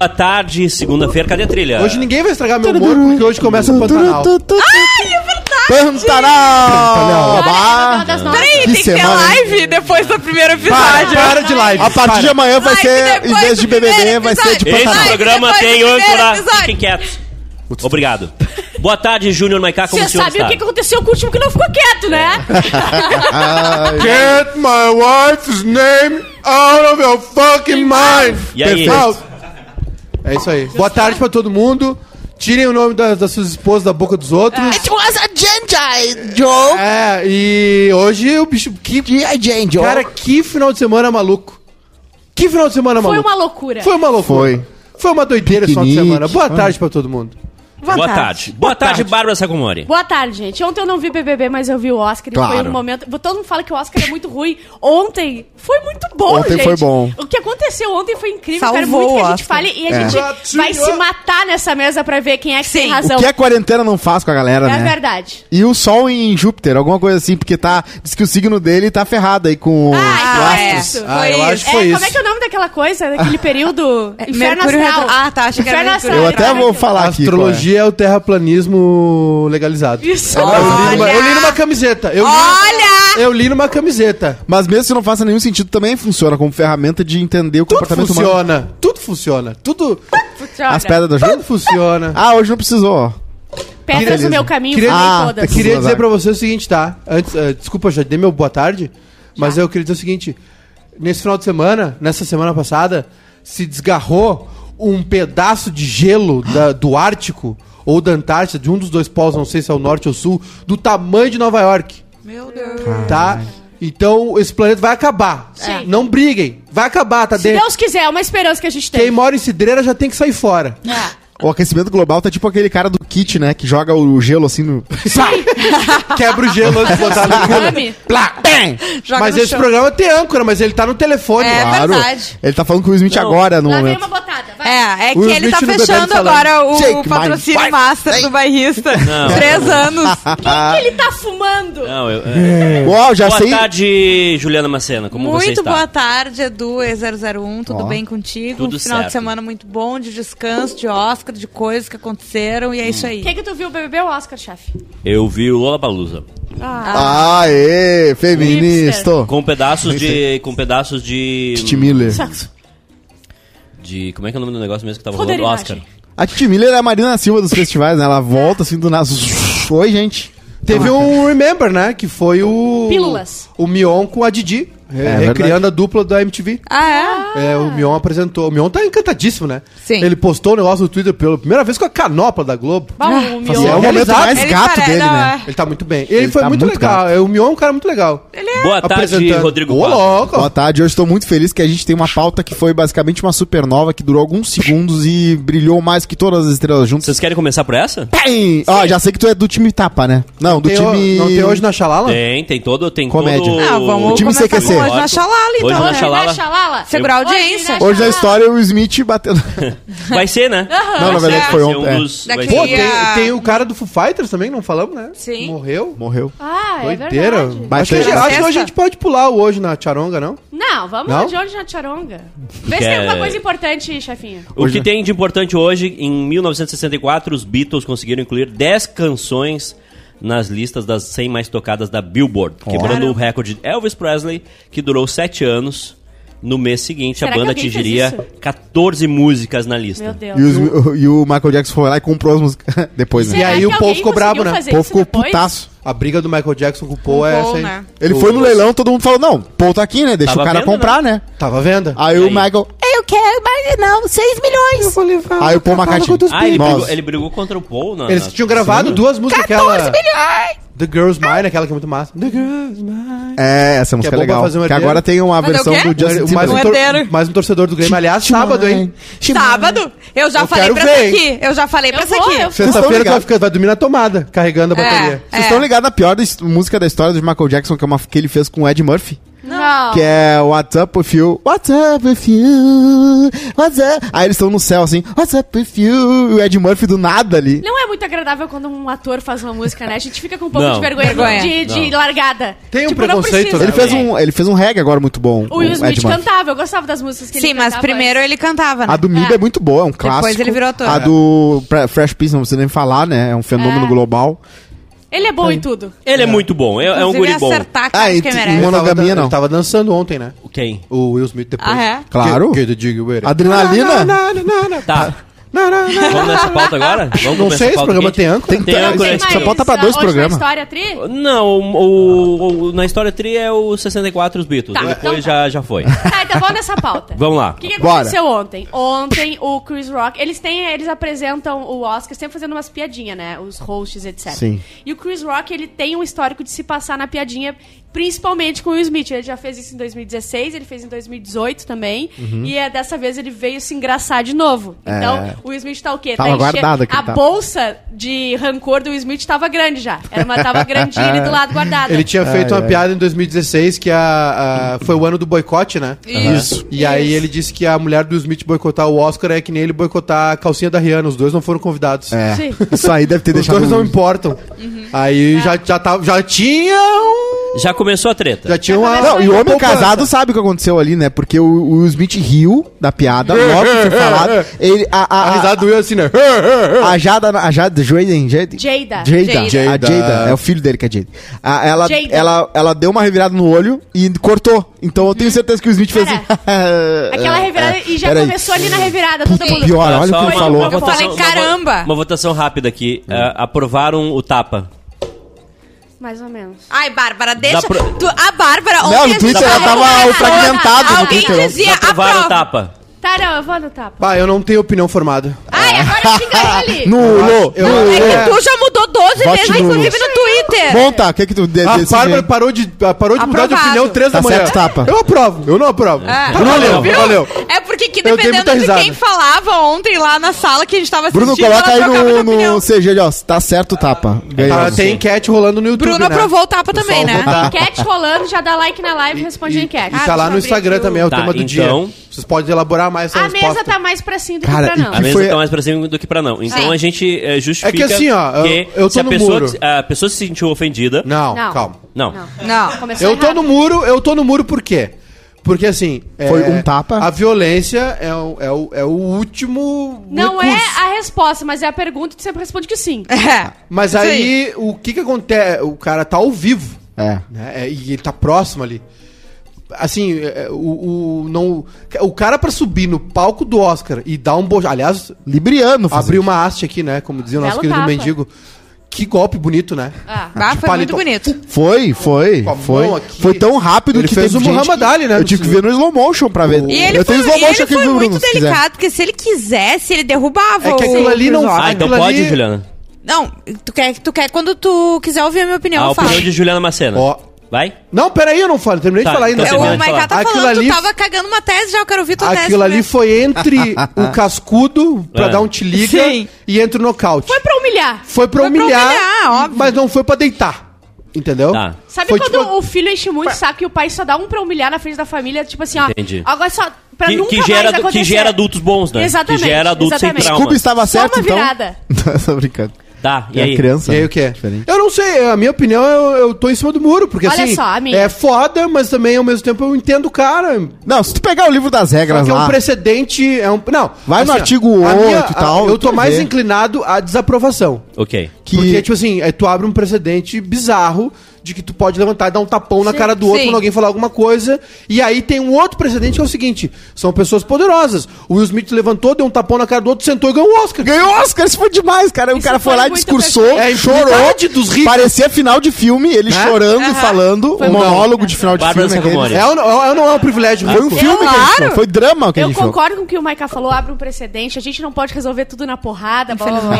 à tarde, segunda-feira. Cadê a trilha? Hoje ninguém vai estragar meu humor, porque hoje começa o Pantanal. Ai, é verdade! Pantanal! Bah. Peraí, Ah, Que tem que ter semana, hein? live depois do primeiro Para, episódio. para de live. A partir de para. amanhã vai Ai, ser, que em depois vez do de BBB, primeiro vai ser de episódio. Esse Pantanal. Ai, programa depois tem do âncora. primeiro episódio. Fiquem quietos. Obrigado. Boa tarde, Júnior Maiká, como o Você senhor sabe está? o que que aconteceu com o último que não ficou quieto, né? Get my wife's name out of your fucking mind. E aí? Perfeito. É isso aí. Boa tarde pra todo mundo. Tirem o nome das, das suas esposas da boca dos outros. It was a Genji, Joe. É, e hoje o bicho. Que, Genji, Joe. cara, que final de semana maluco. Que final de semana Foi maluco. uma loucura. Foi uma loucura. Foi. Foi uma doideira esse final de Piquenique. Ah. semana. Boa tarde pra todo mundo. Boa tarde. Boa tarde, Bárbara Sacomori. Boa tarde, gente. Ontem eu não vi BBB, mas eu vi o Oscar. e Foi Claro. um momento. Todo mundo fala que o Oscar é muito ruim. Ontem foi muito bom, Ontem gente. foi bom. O que aconteceu ontem foi incrível. Salvou Quero muito o que a Oscar. gente fale e a É. gente vai se matar nessa mesa pra ver quem é que tem Sim. razão. O que a quarentena não faz com a galera, É né? verdade. E o Sol em Júpiter, alguma coisa assim, porque tá. Diz que o signo dele tá ferrado aí com. Ah, é. então é isso. Ah, Foi eu acho isso. que foi É, isso. como é que é o nome daquela coisa, daquele período? É, Inferno Mercúrio astral. retro- Ah, tá, achei que era Inferno astral. Mercúrio eu até vou Aquilo. falar A aqui. astrologia é o terraplanismo legalizado. Isso. Eu li, numa, Olha! eu li numa camiseta. Eu li, Olha! eu li numa camiseta. Mas mesmo se não faça nenhum sentido, também funciona como ferramenta de entender o Tudo comportamento humano. funciona. Tudo funciona. Tudo, Ah, Funciona. As pedras da tudo Júpiter? funciona. Ah, hoje não precisou. ó. Pedras Queria- do meu caminho, queria- voei Ah, todas. que- Queria Azar. dizer pra você o seguinte, tá? Antes, eh, desculpa, já dei meu boa tarde, mas eu queria dizer o seguinte: nesse final de semana, nessa semana passada, se desgarrou um pedaço de gelo da- do Ártico ou da Antártida, de um dos dois polos, não sei se é o norte ou sul, do tamanho de Nova York, Meu Deus. tá? Então esse planeta vai acabar. Sim. Não briguem, vai acabar, tá? Se De... Deus quiser, é uma esperança que a gente tem. Quem mora em cidreira já tem que sair fora. O aquecimento global tá tipo aquele cara do kit, né? Que joga o gelo assim no. Quebra o gelo antes de botar no cu. Sabe? Plá, bem! Joga Mas no esse chão. programa tem âncora, mas ele tá no telefone. É. lá. Claro. verdade. Ele tá falando com o Smith agora no Lá vem momento. uma botada. Vai. É, é que Will ele tá Smith no bebê fechando falando, agora o "Take my patrocínio wife." master do bairrista. Três anos. O que ele tá fumando? Não, eu, é. Uau, já Boa sei. tarde, Juliana Macena, como você Muito está? boa tarde, Edu, E001, tudo Ó. bem contigo? Tudo um final certo. de semana muito bom, de descanso, de Oscar, de coisas que aconteceram, e é Hum. isso aí. Quem que tu viu, BBB ou Oscar, chefe? Eu vi o Lollapalooza Ah. Aê, feminista. com pedaços de... com pedaços de... Titi Miller. de... como é que é o nome do negócio mesmo que tava rolando? Rodelinagem. Oscar. A Titi Miller é a Marina Silva dos festivais, né? Ela volta assim do nada. Oi, gente. Teve um Remember, né? Que foi o. Pílulas. O Mion com a Didi. re- É verdade. recriando a dupla da MTV. Ah, É, o Mion apresentou. O Mion tá encantadíssimo, né? Sim. Ele postou o negócio no Twitter pela primeira vez com a canopla da Globo. Bah, Ah. o E é Fazia- Mion. o momento Realizado. mais Ele gato pare- dele, não, né? Ele tá muito bem. Ele, Ele foi tá muito, muito legal. É, O Mion é um cara muito legal. Ele Boa tarde, tá Rodrigo Ô, Paz. louco. Boa tarde, hoje estou muito feliz que a gente tem uma pauta que foi basicamente uma supernova que durou alguns segundos e brilhou mais que todas as estrelas juntas. Vocês querem começar por essa? Bem! Ó, já sei que tu é do time Tapa, né? Não, do Tem o- time. Não tem hoje na Xalala? Tem, tem todo... Tem Comédia. todo... Ah, vamos O time começar CQC. com hoje na Xalala, então. Hoje na né? Xalala. Xalala. Segurar a audiência. né, Hoje na história é o Smith bateu. Vai ser, né? Não, na Vai verdade ser, foi vai ser ontem. Um é. dos, vai Daqui- Pô, ser- E tem, a- tem o cara do Foo Fighters também, não falamos, né? Sim. Morreu. Morreu. Ah, é Doideira. verdade. Mas acho que, tem- acho que Sexta. a gente pode pular o hoje na Charonga, não? Não, vamos Não? de hoje na Tcharonga. Vê se Que tem é- alguma coisa importante, chefinha. O que tem de importante hoje, em 1964, os Beatles conseguiram incluir 10 canções nas listas das 100 mais tocadas da Billboard, quebrando o recorde de Elvis Presley, que durou 7 anos. No mês seguinte, a Será que banda alguém fez atingiria isso? 14 músicas na lista. Meu Deus. E, os- o- e o Michael Jackson foi lá e comprou as músicas depois, né? E aí o povo ficou brabo, né? O povo ficou putaço. A briga do Michael Jackson com o Com Paul o é Paul, essa aí. né? Ele O- foi no leilão, todo mundo falou: não, pô, tá aqui, né? Deixa Tava o cara vendo, comprar, né? Tava à venda. Aí E o aí? Michael. Eu quero, mas não, 6 milhões. Aí o Paul McCartney. Ah, ele brigou, Nossa. ele brigou contra o Paul na... Eles na- tinham gravado duas músicas, aquela... milhões! The Girl's Mine, aquela que é muito massa. The Girl's Mine. É, essa música é bom pra legal. fazer um que herdeiro. agora tem uma Mas é o versão quê? do Justin Mais, mais, um Timberlake. tor- herdeiro. mais um torcedor do Grêmio. Aliás, sábado, hein? Sábado? Eu já Eu falei quero pra ver, essa aqui. Eu já falei pra Eu essa vou, aqui. eu vou. Sexta-feira tu ligados? vai, ficar- vai dormir na tomada, carregando a bateria. É. Então, Vocês estão ligados na pior des- música da história do Michael Jackson, que é uma que ele fez com o Ed Murphy? Não. Que Ah. é What's Up With You, What's Up With You, What's Up... Aí eles estão no céu, assim, What's Up With You, e o Ed Murphy do nada ali. Não é muito agradável quando um ator faz uma música, né? A gente fica com um pouco Não. de vergonha, Vergonha. De, de largada. Tem um Tipo, não preconceito, precisa. né? Ele fez, um, ele fez um reggae agora muito bom, O Will Smith né? Ed Murphy. cantava, eu gostava das músicas que ele Sim, mas cantava primeiro ele cantava, né? A do Miba é. É. muito boa, é um clássico. ele virou ator. A do Pre- Fresh Prince, não precisa nem falar, né? É um fenômeno É. global. Ele é bom em tudo. Ele é, muito bom, é, é um Inclusive, guri bom. acertar a cara Ah, de quem ent- Ele merece. tava Monogamia, dan- não. Ele tava dançando ontem, né? Quem? O Will Smith depois. Ah, é? Claro. Get, get the jig with it. Na, Adrenalina? na, na, na, Tá. na, na, na. Vamos nessa pauta agora? Vamos Não começar sei, a esse pauta programa quente? tem âncora? Tem Tem âncora. âncora, esse só programa. falta pra ah, dois hoje na programas. História Tri? Não, o, o- na história tri é o 64 os Beatles, Tá, depois então já, já foi. Tá, então vamos nessa pauta. Vamos lá. O que, que Bora. aconteceu ontem? Ontem o Chris Rock, eles têm, eles apresentam o Oscar sempre fazendo umas piadinhas, né? Os hosts, etc. Sim. E o Chris Rock, ele tem um histórico de se passar na piadinha, principalmente com o Will Smith. Ele já fez isso em 2016, ele fez em 2018 também. Uhum. E é, dessa vez ele veio se engraçar de novo. Então, o Will Smith tá o quê? É. Tava tá enche- guardado aqui, A tá. bolsa de rancor do Will Smith tava grande já. Era uma, tava grandinha É. ali do lado guardada. Ele tinha feito Ai, uma ai. piada em 2016 que a, a- foi o ano do boicote, né? É Isso. E aí Isso. ele disse que a mulher do Smith boicotar o Oscar é que nem ele boicotar a calcinha da Rihanna. Os dois não foram convidados. É. Sim. Isso aí deve ter Os deixado... um- dois não importam. Uhum. Aí Tá. já, já, tava, já tinham. Já começou a treta. Já É tinha uma. Não, e o uma homem poupança. casado sabe o que aconteceu ali, né? Porque o, o Will Smith riu da piada, logo que foi falado. Ele, a, a, A a, risada do Will assim, né? a Jada, a Jada, Jaden, Jaden? Jada. Jada. Jada. A Jada, é o filho dele que é Jada. A- ela, Jada. Ela, ela deu uma revirada no olho e cortou. Então eu tenho certeza que o Smith fez É, Cara, assim. Aquela Aquela revirada, e já começou ali na revirada, todo mundo... Pior, Tá, olha só o que uma- ele uma falou. uma votação- falei, uma vo- caramba! Uma votação rápida aqui. Hum. É, aprovaram o tapa. Mais ou menos. Ai, Bárbara, deixa. pro- tu- a Bárbara ontem. Não, no Twitter ela estava- tava fragmentada no Alguém Twitter. dizia aprovaram o aprova. tapa. Tá, não, eu vou no tapa. Bah, eu não tenho opinião formada. É. Ai, agora fica ele! Nulo, Eu- É que nulo. tu já mudou 12 Vote vezes, nulo. inclusive no Twitter. Monta, o que que tu... de- A É desse Bárbara jeito? parou de, ah, parou de mudar de Aprovado. opinião três da Tá manhã. certo, tapa. Eu aprovo, eu não aprovo. É. Tá Valeu, Viu? valeu. É porque que Eu dei muita dependendo de risada. quem falava ontem lá na sala que a gente tava assistindo, Bruno, coloca ela aí trocava de no, opinião. no CG ali, ó. Tá certo o tapa. Tá, Ganhamos. tem enquete rolando no YouTube. Bruno né? aprovou o tapa também, né? votar. Enquete rolando, já dá like na live e responde a E, enquete. Ah, e tá lá no Instagram também, é o Tá, tema do então- dia. Vocês podem elaborar mais essa A é resposta. mesa tá mais pra cima do que Cara, pra e Ah. não. A Que mesa foi- tá mais pra cima do que pra não. Então É. a gente é, justifica. É que assim, ó, eu- eu tô se a no pessoa, muro. que se- A pessoa se sentiu ofendida. Não, Não. calma. Não. Não. Começou Eu tô errado. no muro, eu tô no muro por quê? Porque assim. é, Foi um tapa? A violência é o, é o, é o último. Não é recurso. a resposta, mas é a pergunta que sempre responde que sim. É. Mas Isso aí, o que que acontece? O cara tá ao vivo, É. né? É, E ele tá próximo ali. Assim, é, é, o, o, não, o cara pra subir no palco do Oscar e dar um bojo. Aliás, Libriano. fazendo. abriu uma haste aqui, né? Como dizia o nosso Belo querido tapa. mendigo. Que golpe bonito, né? Ah. Ah, De foi paletó. muito bonito. Foi, foi, Com a mão foi. aqui. Foi tão rápido Ele que fez teve o gente Muhammad que Ali, né, Eu tive que no ver no slow motion pra ver. E ele Uh, eu foi, tenho slow e ele motion aqui foi no Bruno, muito se quiser. delicado, porque se ele quisesse, ele derrubava É que o- aquilo ali não- o Jorge. Ah, então Aquilo pode, ali- Juliana. Não, tu quer, tu quer quando tu quiser ouvir a minha opinião, a eu falo. opinião de Juliana Macena. Ó. Vai? Não, peraí, eu não falo, terminei Tá, de falar ainda. então É, Você o pode Maiká falar. tá Aquilo falando, ali- tu tava cagando uma tese já, eu quero ouvir tua tese. Aquilo ali primeiro. foi entre o cascudo pra É. dar um te liga Sim. e entre o nocaute. Foi, Foi pra humilhar. pra foi pra humilhar, humilhar, óbvio. mas não foi pra deitar. Entendeu? Tá. Sabe Foi quando tipo- o filho enche muito o saco e o pai só dá um pra humilhar na frente da família? Tipo assim, ó. Entendi. Agora só. Pra Que, nunca que gera, mais adu- acontecer. que gera adultos bons, né? Exatamente, Que gera adultos exatamente. sem Scooby trauma. estava Só certo, uma então. virada. Tô brincando. Tá, e É aí? criança. E aí né? o que é? Diferente. Eu não sei, a minha opinião, eu, eu tô em cima do muro, porque Olha assim, só, a minha. é foda, mas também ao mesmo tempo eu entendo o cara. Não, se tu pegar o livro das Só regras que é um lá. precedente, é um... Não. Vai no ó, artigo a minha- 8 e tal, a- eu tu tô vê. mais inclinado à desaprovação. Ok. Que- Porque, tipo assim, aí tu abre um precedente bizarro de que tu pode levantar e dar um tapão na cara do outro Sim. quando alguém falar alguma coisa. E aí tem um outro precedente que é o seguinte: são pessoas poderosas. O Will Smith levantou, deu um tapão na cara do outro, sentou e ganhou o Oscar. Ganhou o Oscar, isso foi demais, cara. O Isso cara foi foi lá, muito discursou, perfeito. É a chorou. impunidade dos ricos. Parecia final de filme, ele Né? chorando e Aham. falando. Foi o muito monólogo de final de Bárbara filme. Sacomori. aquele. É ou não é, ou não é um privilégio Foi um rico? filme que a gente Claro. fez, Foi drama que a Eu gente fez. concordo com o que o Maica falou, abre um precedente, a gente não pode resolver tudo na porrada, blá blá blá.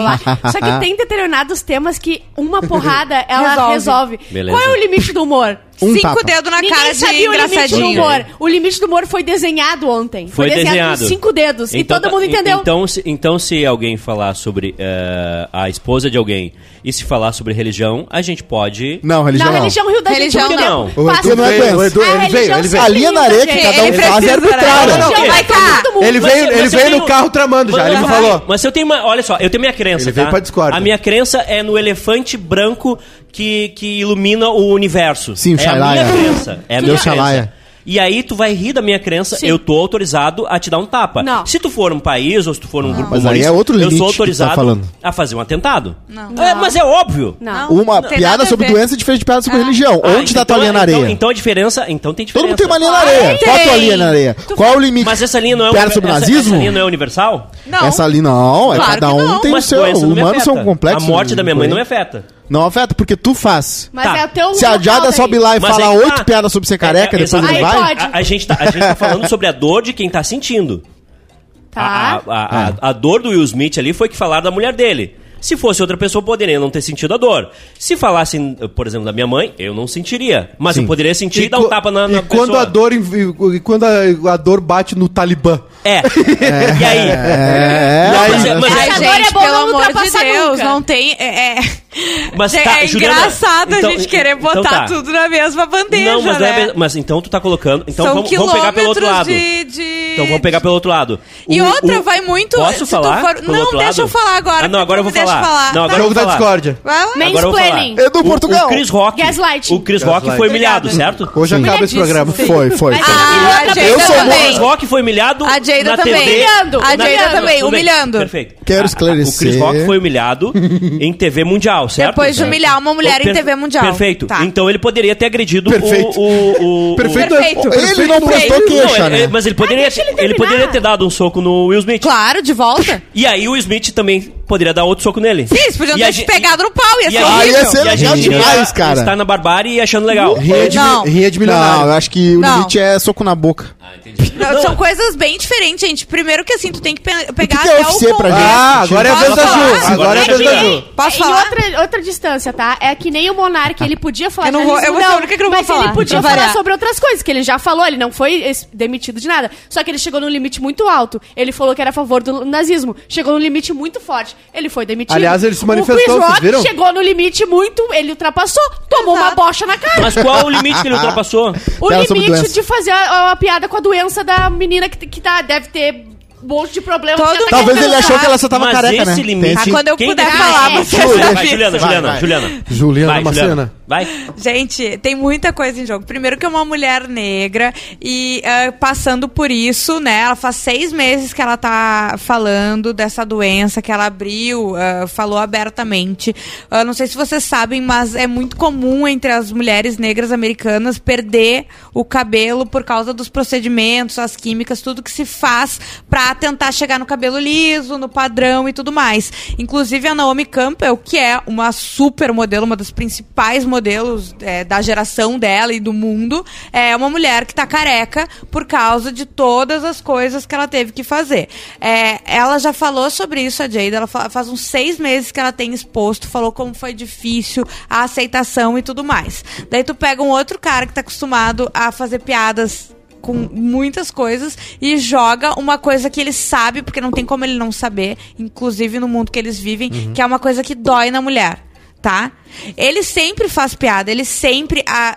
blá. Só que tem determinados temas que uma porrada ela resolve. Beleza. Qual é o limite do humor? Um cinco tapa. dedos na Ninguém cara de sabia o limite do engraçadinho. humor. O limite do humor foi desenhado ontem. Foi desenhado. com cinco dedos. e todo tá- mundo en- entendeu. Então se, então, se alguém falar sobre eh, a esposa de alguém e se falar sobre religião, a gente pode. Não, religião na não. religião Rio da Religião Gente não. entendeu. O Passa- Edu não A aguenta. O Edu, ele religião veio, ele veio. A linha na feminina, areia que gente. cada um Ele faz é precisa, né? arbitrária. Não, Religião não, vai vai cá. todo mundo. Ele Mas veio, eu- ele mas eu veio tenho- no carro tramando já, ele Aham. falou. Mas eu tenho uma. Olha só, eu tenho minha crença. Ele veio tá? pra Discord. A minha crença é no elefante branco que, que ilumina o universo. Sim, o é a Shalaia. minha crença. É a minha Deus Shalaia. crença. E aí tu vai rir da minha crença, Sim. eu tô autorizado a te dar um tapa. Não. Se tu for um país ou se tu for um grupo Mas aí é humorista, outro eu limite que tu sou tá autorizado falando. a fazer um atentado. Não. É, mas é óbvio. Não. Uma Não tem nada piada a sobre ver. doença é diferente de piada sobre religião. Ah, Onde tá tua é, linha na areia? Então, então a diferença. Então tem diferença. Todo mundo tem uma linha na areia. Ai, Qual a tua tem. linha na areia? Qual o limite? Mas essa linha não é Piada univer- sobre essa- nazismo? Essa linha não é universal? Não. Essa ali não, é Claro cada que um não. tem o Mas seu. doença não me Humanos são afeta. complexos. A morte da minha mãe não me é afeta. Não afeta, porque tu faz. Mas Tá. é até o Se a local Jada daí. sobe lá e Mas fala aí que oito tá. piadas sobre ser careca, É, é, depois ele exatamente. Aí vai. pode. A, a gente tá, a gente tá falando sobre a dor de quem tá sentindo. Ah, Tá. A, a- a- a dor do Will Smith ali foi que falaram da mulher dele. Se fosse outra pessoa, poderia não ter sentido a dor. Se falassem, por exemplo, da minha mãe, eu não sentiria. Mas Sim. eu poderia sentir e, dar co- um tapa na, na e quando pessoa. a dor inv- e quando a, a dor bate no Talibã. É. E aí? É. Não, mas é- mas é- Ai, Agora é gente, bom pelo não amor de ultrapassar Deus, nunca. não tem... É, é- Mas é tá, Juliana, engraçado então- a gente querer então botar tá. tudo na mesma bandeja, Não, mas, não é né? be- mas então tu tá colocando. Então São vamos, vamos quilômetros pegar pelo outro lado. De, de- Então vamos pegar pelo outro lado. E O- outra o- vai muito- se Posso tu falar? for- pelo Não, outro lado? deixa eu falar agora, Ah, não, porque agora eu tu vou me deixa falar. falar. Não, agora eu vou Jogo da falar. discórdia. Vai lá. Agora Nem- eu vou Mansplaining. falar. Edu O- Portugal. O Chris Rock. Gaslighting. O Chris Rock foi Gaslighting. humilhado, certo? Hoje Sim. acaba esse programa. Foi, foi. foi. Ah, Eu a sou Jada O também. Chris Rock foi humilhado A Jada na também. TV. Humilhando, a Na- Jada Tudo também, bem, humilhando. Perfeito. Quero A- a- Ah, O Chris esclarecer. Rock foi humilhado em TV mundial, certo? Depois de humilhar uma mulher em Perfe- TV mundial. Perfeito. Tá. Então ele poderia ter agredido o- Perfeito. o... o- o- Perfeito, Perfeito. é- Ele não prestou Não, queixa, ele- né? Mas ele poderia, deixa ele ele, terminar. poderia ter dado um soco no Will Smith. Claro, de volta. E aí o Will Smith também poderia dar outro soco nele. Sim, eles podiam E a ter te gen- pegado no pau, ia E ser a Ah, gente- ia ser e a legal gente demais, ia cara. Uhum. estar na barbárie e achando legal. é Rinha de, Não. é rinha de Não, eu milionário. acho que o Não. limite é soco na boca. Não, São coisas bem diferentes, gente. Primeiro que assim, tu tem que pe- O que, pegar que é até UFC o pra gente? Ah, agora é a vez da Ju. Posso Agora é a vez da falar? Ju. Posso em falar? Tá. outra, outra distância, tá? É que nem o Monark, ele podia falar Eu não de vou- racismo, eu vou ser a única que não vou mas falar, ele podia pra falar variar. sobre outras coisas, que ele já falou, ele não foi es- demitido de nada. Só que ele chegou num limite muito alto. Ele falou que era a favor do nazismo. Chegou num limite muito forte. Ele foi demitido. Aliás, ele se O manifestou, Chris vocês Rock viram? chegou no limite muito, ele ultrapassou, tomou uma bocha na cara. Mas qual o limite que ele ultrapassou? o Tela sobre limite doença. de fazer a, a piada com a doença da menina que, que tá, deve ter um monte de problema. Todo já tá mundo- Talvez ele pensar. achou que ela só tava Mas careca, esse né? limite- Tem Ah, esse- quando eu Quem puder deve- falar, Ah, é. vocês Júlia, Vai, avisam. Juliana, Vai, Juliana, vai. Juliana. Juliana vai, Macena. Juliana. Vai. Gente, tem muita coisa em jogo. Primeiro que é uma mulher negra e ah, passando por isso, né? Ela faz seis meses que ela tá falando dessa doença que ela abriu, ah, falou abertamente. Ah, não sei se vocês sabem, mas é muito comum entre as mulheres negras americanas perder o cabelo por causa dos procedimentos, as químicas, tudo que se faz pra tentar chegar no cabelo liso, no padrão e tudo mais. Inclusive a Naomi Campbell, que é uma super modelo, uma das principais modelos é, da geração dela e do mundo, é uma mulher que tá careca por causa de todas as coisas que ela teve que fazer. É, ela já falou sobre isso, a Jada, ela fa- faz uns seis meses que ela tem exposto, falou como foi difícil a aceitação e tudo mais. Daí tu pega um outro cara que tá acostumado a fazer piadas com muitas coisas e joga uma coisa que ele sabe, porque não tem como ele não saber, inclusive no mundo que eles vivem, Uhum. que é uma coisa que dói na mulher. Tá? Ele sempre faz piada, ele sempre ah,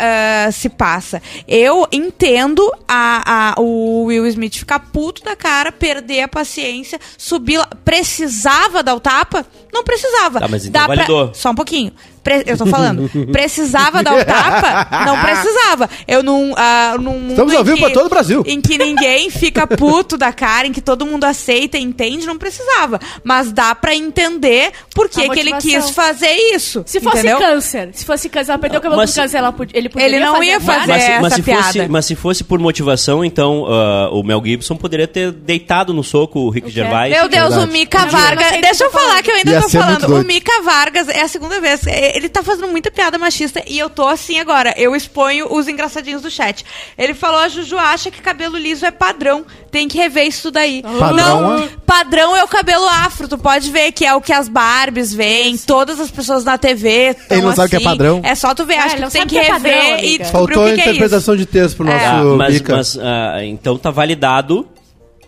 ah, se passa. Eu entendo a, a- o Will Smith ficar puto da cara, perder a paciência, subir. lá. Precisava dar o tapa? Não precisava. Tá, mas então Dá pra- validou. só um pouquinho. Pre- eu tô falando. Precisava dar o tapa? Não precisava. Eu não. ah, num mundo Estamos ao em vivo que- pra todo o Brasil. Em que ninguém fica puto da cara, em que todo mundo aceita e entende, não precisava. Mas dá pra entender por que, A que ele motivação. quis fazer isso. Se fosse entendeu? câncer, se fosse câncer, ela perdeu o cabelo Mas- do câncer, ela pod- ele poderia Ele não ia piada? fazer essa se piada. Fosse, mas se fosse por motivação, então ah, o Mel Gibson poderia ter deitado no soco o Rick O quê? Gervais. Meu Deus, Verdade. o Mika Eu não sei do Vargas. que Deixa eu tá falando. falar que eu ainda Ia tô ser muito falando. doido. O Mika Vargas é a segunda vez. É, Ele tá fazendo muita piada machista e eu tô assim agora. Eu exponho os engraçadinhos do chat. Ele falou: a Juju acha que cabelo liso é padrão. Tem que rever isso daí. Padrão Não, é? padrão é o cabelo afro. Tu pode ver que é o que as Barbies veem, todas as pessoas na TV. tão Ele não sabe o que é assim. padrão? É só tu ver, Ah, acho ele que não tu tem sabe que o que é rever padrão, e amiga. descobrir Faltou o a que, que é isso. interpretação de texto pro nosso Ah, mas, Bica. mas, ah, então tá validado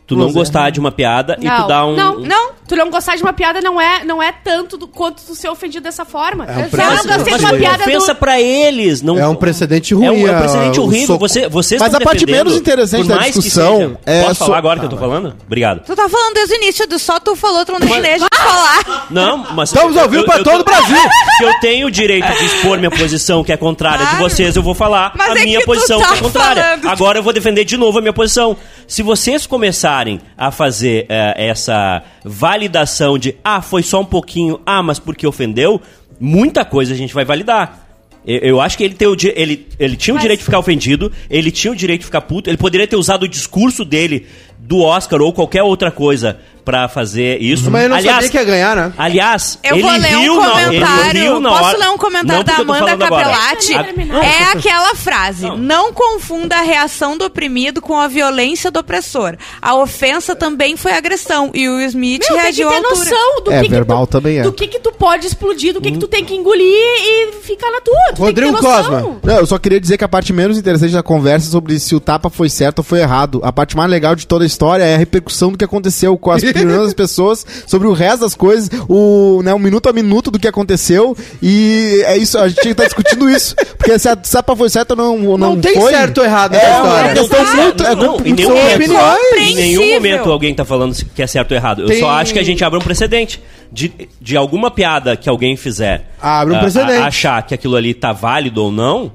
tu não Pois é. gostar de uma piada e tu dá um. Não, um- não. Tu não gostar de uma piada não é, não é tanto do, quanto tu ser ofendido dessa forma. É um Se eu não preço. gostei mas de uma foi piada ofensa do... pra eles. Não... É um precedente É um- ruim. é um precedente um horrível. soco- Você, vocês Mas estão a parte defendendo, menos interessante por da mais que discussão seja. é Posso só- falar agora que Ah, eu tô falando? Obrigado. Tu tá falando desde o início, do só tu falou, tu não deixa deixa de falar. Não, mas. Estamos ao vivo eu- pra eu todo tô- o Brasil. Se eu tenho o direito de expor minha posição, que é contrária de Claro. vocês, eu vou falar Mas a é que minha tu posição, tá que é contrária. falando. Agora eu vou defender de novo a minha posição. Se vocês começarem a fazer eh, essa validação de, ah, foi só um pouquinho, ah, mas porque ofendeu, muita coisa a gente vai validar. Eu- Eu acho que ele, tem o di- ele, ele tinha o Mas- direito de ficar ofendido, ele tinha o direito de ficar puto, ele poderia ter usado o discurso dele do Oscar ou qualquer outra coisa pra fazer isso. Mas eu não sabia que ia ganhar, né? Aliás, Eu ele vou ler riu um na- ele comentário. riu na Posso hora- ler um comentário Não, da porque eu tô Amanda falando agora. Capelati? A- terminar. É aquela frase. Não. Não. confunda a reação do oprimido com a violência do opressor. A ofensa também foi agressão. E o Will Smith Meu, tem que reagiu à ter altura. noção do É, que, verbal que tu, também é. Do que que tu pode explodir, do que que tu tem que engolir e ficar na tua. Tu Rodrigo tem que ter noção. Cosma. Não, eu só queria dizer que a parte menos interessante da conversa sobre se o tapa foi certo ou foi errado. A parte mais legal de toda a história é a repercussão do que aconteceu com as primeiras pessoas, sobre o resto das coisas, o, né, o minuto a minuto do que aconteceu. E é isso, a gente tinha que estar discutindo isso. Porque se a tapa foi certo ou não, ou não, Não tem foi, certo ou errado É, nessa uma história. questão Não, muito. é não, muito- em nenhum são momento- opiniões. Em nenhum Compreensível. momento alguém tá falando se- que é certo ou errado. Eu Tem- só acho que a gente abre um precedente. De, de alguma piada que alguém fizer Abre um ah, precedente. a- achar que aquilo ali tá válido ou não,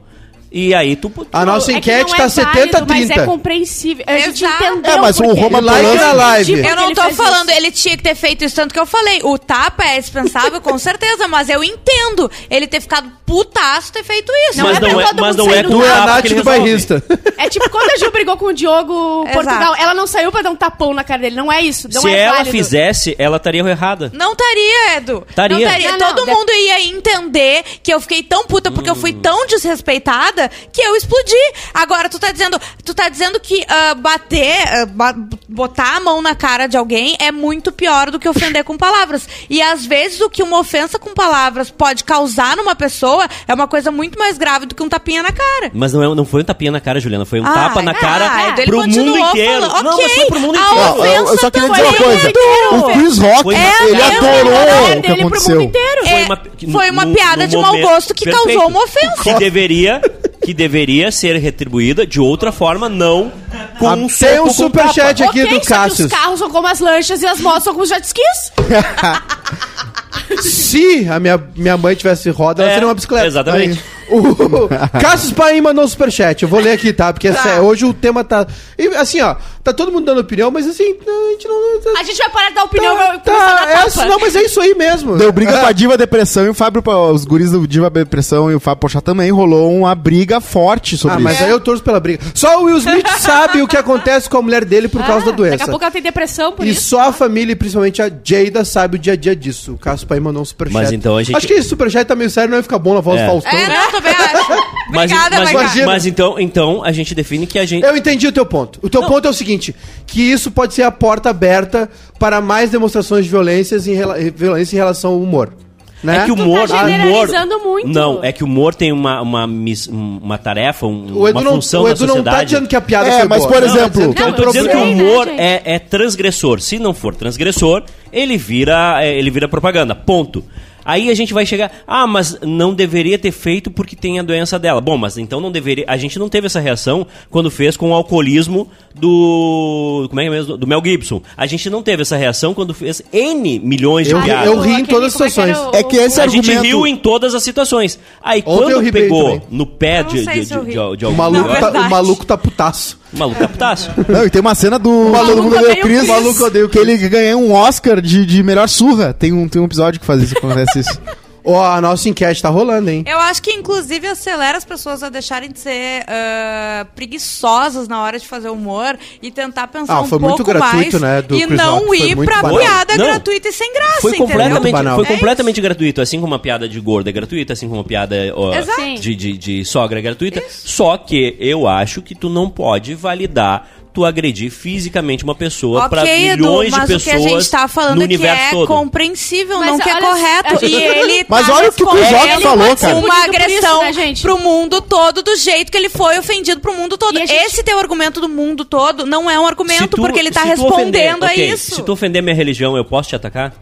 e aí tu. tu- A nossa É que enquete não tá é válido, 70 30. Mas é compreensível. A gente Exato. entendeu É, mas o por quê. Roma Eu Like entendi na live. por tipo que Eu não ele tô fez falando, isso. ele tinha que ter feito isso tanto que eu falei. O tapa é dispensável, com certeza, mas eu entendo ele ter ficado putaço ter feito isso. mas é pra não é, todo mas mundo não é sair do com Tu é a tapa Nath que ele do resolve. bairrista. É tipo, quando a Gil brigou com o Diogo Exato. Portugal, ela não saiu pra dar um tapão na cara dele. Não é isso. Não Se é ela válido. fizesse, ela estaria errada. Não estaria, Edu. Estaria. Não estaria. Não, não, Todo deve- mundo ia entender que eu fiquei tão puta porque eu fui tão desrespeitada que eu explodi. Agora, tu tá dizendo, tu tá dizendo que ah, bater, ah, ba- botar a mão na cara de alguém é muito pior do que ofender com palavras. E às vezes o que uma ofensa com palavras pode causar numa pessoa é uma coisa muito mais grave do que um tapinha na cara. Mas não, é, não foi um tapinha na cara, Juliana. Foi um Ah, tapa na ah, cara Edu, ele pro mundo continuou inteiro. falando, Não, mas foi pro mundo ok, inteiro. a Não, eu, eu só Ofensa queria dizer uma também coisa. é O Chris Rock, É, ele é, é, adorou Então, o que dele pro mundo aconteceu. inteiro. Foi É, uma, foi uma num- piada num de mau momento- gosto que Perfeito. causou uma ofensa. Que deveria, que deveria ser retribuída de outra forma, não com Ah, um tem soco, um com tapa. superchat aqui Ok, do só que Cássio. os carros são como as lanchas e as motos são como os jet skis. Se a minha, minha mãe tivesse roda, ela É, seria uma bicicleta. exatamente. Aí. O Cassius Paim mandou um superchat. Eu vou ler aqui, tá? Porque essa- hoje o tema tá. E, assim, ó, tá todo mundo dando opinião, mas assim, a gente não. A gente vai parar de dar opinião tá, e começar a tá, dar é tapa. assim, não, mas é isso aí mesmo. Deu briga É. com a Diva Depressão e o Fábio, os guris do Diva Depressão e o Fábio Pochá também rolou uma briga forte sobre Ah, isso. mas aí eu torço pela briga. Só o Will Smith sabe o que acontece com a mulher dele por causa Ah, da doença. Daqui a pouco ela tem depressão por E isso. só a família, e principalmente a Jada, sabe o dia a dia disso. O Cássio Pai mandou um superchat. Mas então a gente- Acho que esse superchat tá meio sério, não vai ficar bom na voz É. do Faustão. É, né? não, também acho. Mas, Obrigada, mas, Maiká. mas, então, então a gente define que a gente. Eu entendi o teu ponto. O teu ponto é o seguinte: que isso pode ser a porta aberta para mais demonstrações de violências em rela- violência em relação ao humor. Né? É que o humor, tá o humor, generalizando muito. não, é que o humor tem uma uma, miss- uma tarefa, um- O Edu, uma não, função o na Edu não tá sociedade. dizendo que a piada É, foi mas, boa. por Não, ele tá exemplo, dizendo Eu que tô é um dizendo que o problema. humor né, gente? é, é transgressor. Se não for transgressor, ele vira, é, ele vira propaganda. Ponto. Aí a gente vai chegar, ah, mas não deveria ter feito porque tem a doença dela. Bom, mas então não deveria. A gente não teve essa reação quando fez com o alcoolismo do. Como é que é mesmo? Do Mel Gibson. A gente não teve essa reação quando fez N milhões de Eu- piadas. eu ri em todas as Aquele- Ah, como situações. é que era É que esse a argumento- gente riu em todas as situações. Aí Ontem eu ri quando bem pegou também. no pé Eu não de, sei de, se eu de, ri. de, de O algum maluco, é negócio, tá, o verdade. maluco tá putaço. o maluco é putaço. Não, e tem uma cena do Todo Mundo odeia Odeia o o Chris, Chris. maluco odeia o Chris, que ele ganha um Oscar de, de melhor surra. Tem um, tem um episódio que faz isso, que acontece isso. Ó, a nossa enquete tá rolando, hein? Eu acho que, inclusive, acelera as pessoas a deixarem de ser ah, preguiçosas na hora de fazer humor e tentar pensar Ah, um foi muito pouco gratuito, mais né, do e Chris não Rock, foi ir muito pra banal. piada Não. gratuita e sem graça, Foi entendeu? Muito completamente, banal. foi É isso. completamente gratuito, assim como uma piada de gorda é gratuita, assim como uma piada ó, Exato. de, de, de sogra é gratuita. Só que eu acho que tu não pode validar tu agredir fisicamente uma pessoa Ok, pra Edu, milhões mas de pessoas o que a gente tá falando no é que universo é todo. compreensível, Mas não que é olha, correto. a gente- E ele Mas tá olha o que o respondendo Kujoc falou, cara. Uma Punido por isso, agressão né, gente? pro mundo todo, do jeito que ele foi ofendido pro mundo todo. E a gente- Esse teu argumento do mundo todo não é um Se argumento, tu- porque ele tá se tu respondendo ofender- a ok, isso. Se tu ofender minha religião, eu posso te atacar?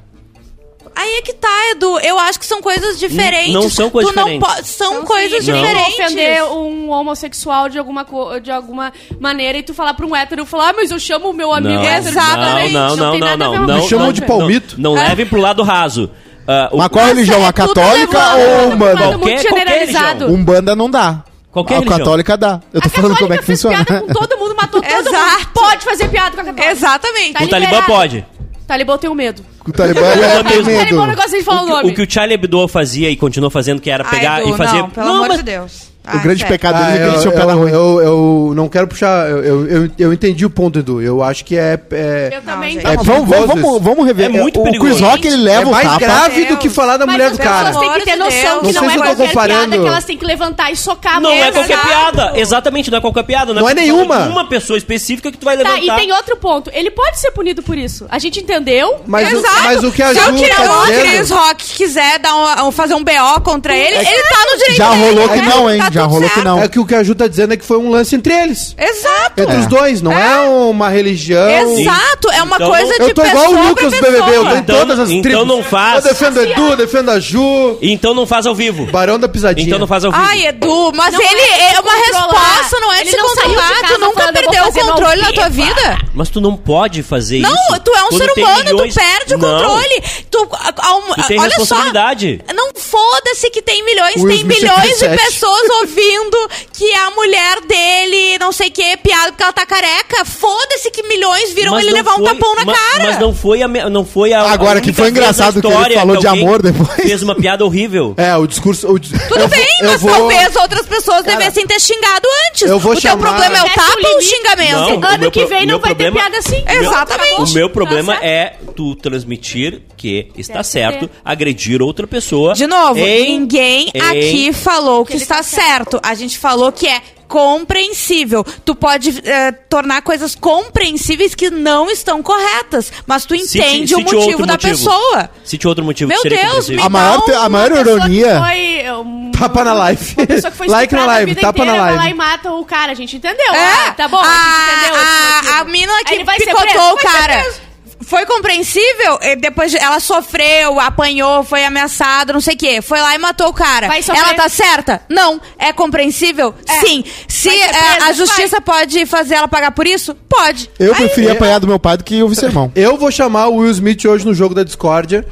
Aí é que tá, Edu. Eu acho que são coisas diferentes. não são coisas Tu não diferentes. po- São Então, coisas sim, diferentes. Tu ofender um homossexual de alguma, co- de alguma maneira e tu falar pra um hétero, falar, ah, mas eu chamo o meu amigo não, hétero. exatamente. Não, não, tem não, nada a não. ver não, uma não coisa Chamam não, com de outra. palmito. Não, não Ah. leve pro lado raso. Ah, o- Mas qual religião? é A tudo católica levado. ou Tá umbanda? muito Qualquer- qualquer generalizado. religião. Umbanda Um não dá. Qualquer a religião. católica dá. Eu tô A falando como é que católica fez funciona. piada com todo mundo, matou todo mundo. Exato. Pode fazer piada com a católica. Exatamente. Tá o Talibã liberado. pode. Talibã tem um medo. O Talibã é Talibã tem mesmo. Talibã não medo. gosta de falar o O que, nome. o que o Charlie Hebdo fazia e continuou fazendo, que era Ai, pegar Ah, Edu, e fazer. Não, pelo amor mas- de Deus. O Ai, grande sério. pecado dele é que Ah, eu, ele tinha o pé na eu, rua. eu, eu não quero puxar. Eu, eu, eu- eu entendi o ponto, Edu. Eu acho que é. é- Eu também. gente. É, Tá vamos, vamos, perigoso vamos, isso. vamos rever. É muito o, o perigoso. Chris Rock, ele é leva o mais tapa. grave Deus. do que falar da Mas mulher as do pessoas cara. Pelo têm que amor ter de noção Deus. que Não não, sei é se eu tô qualquer comparando. piada que elas têm que levantar e socar a Não é mesa. qualquer Exato. piada. Exatamente, não é qualquer piada. Não é nenhuma. Uma pessoa específica que tu vai Tá, levantar. e tem outro ponto. Ele pode ser punido por isso. A gente entendeu. Mas, o, Exato. mas o que a Se Ju tá eu tirar o Chris dizendo... Rock quiser dar um- um- fazer um BO contra ele, ele tá no direito Já dele, rolou que né? não, hein? Tá Já tudo rolou que certo. não. É que o que a Ju tá dizendo é que foi um lance entre eles. Exato. Entre os dois, não é, uma religião. Exato. É uma Então, coisa de Então- Eu tô pessoa igual o Lucas do pra BBB, eu pessoa. tô em Então- todas as então tribos. não faz. Eu defendo o Edu, eu defendo a Ju, Então não faz ao vivo. Barão da Pisadinha. Então não faz ao vivo. Ai, é- Edu, mas Não ele é de é uma controlar. resposta, não é de Ele se não saiu de controlar. casa Tu nunca falando, eu vou perdeu o fazer controle mal da tua viva. vida. Mas tu não pode fazer Não, isso. tu é um Quando ser tem humano, milhões- tu perde o Não, controle. Tu, a- a- um- Tu tem olha responsabilidade. só, não foda-se que tem milhões, Will tem Smith milhões de 37. pessoas ouvindo que a mulher dele, não sei o que, piada porque ela tá careca. Foda-se que milhões viram Mas ele não levar um foi- tapão na ma- cara. Mas não foi a. me- Não foi a Agora, a que única foi vez na engraçado que ele história falou de alguém amor depois. Fez uma piada horrível. É, o discurso... O, Tudo Tudo bem, mas talvez outras pessoas devessem ter xingado antes. eu vou o chamar- teu problema é o Tivesse um tapa ou o limite. xingamento? Não, o ano meu que pro- vem meu não vai problema- ter piada assim. Meu- Exatamente. O meu problema Tá certo. é tu transmitir que está Deve certo ter. agredir outra pessoa. De novo, em- ninguém em- aqui falou que Ele está tá certo. A gente falou que é compreensível. Tu pode eh, tornar coisas compreensíveis que não estão corretas, mas tu Cite- entende o cite motivo outro da pessoa. Cite outro motivo Meu que seria Deus, compreensível. Ah, A maior, um te- a maior Uma pessoa que ironia... Foi, um- Tapa na live. Uma pessoa que foi Like na estuprada a live, vida tapa na inteira, live. Vai lá e mata o cara, a gente entendeu. É, Ah, tá bom, a, a gente entendeu. esse motivo. a, a mina Aí que ele vai ser preso? picotou o Vai ser cara. preso. Foi compreensível? E Depois de- ela sofreu, apanhou, foi ameaçada, não sei o quê. Foi lá e matou o cara. Vai sofrer. Ela tá certa? Não. É compreensível? É. Sim. Se Vai ser eh, presa? a justiça pode fazer ela pagar por isso? Pode. Eu Aí- é. preferia apanhar do meu pai do que ouvir seu irmão. Eu vou chamar o Will Smith hoje no jogo da discórdia,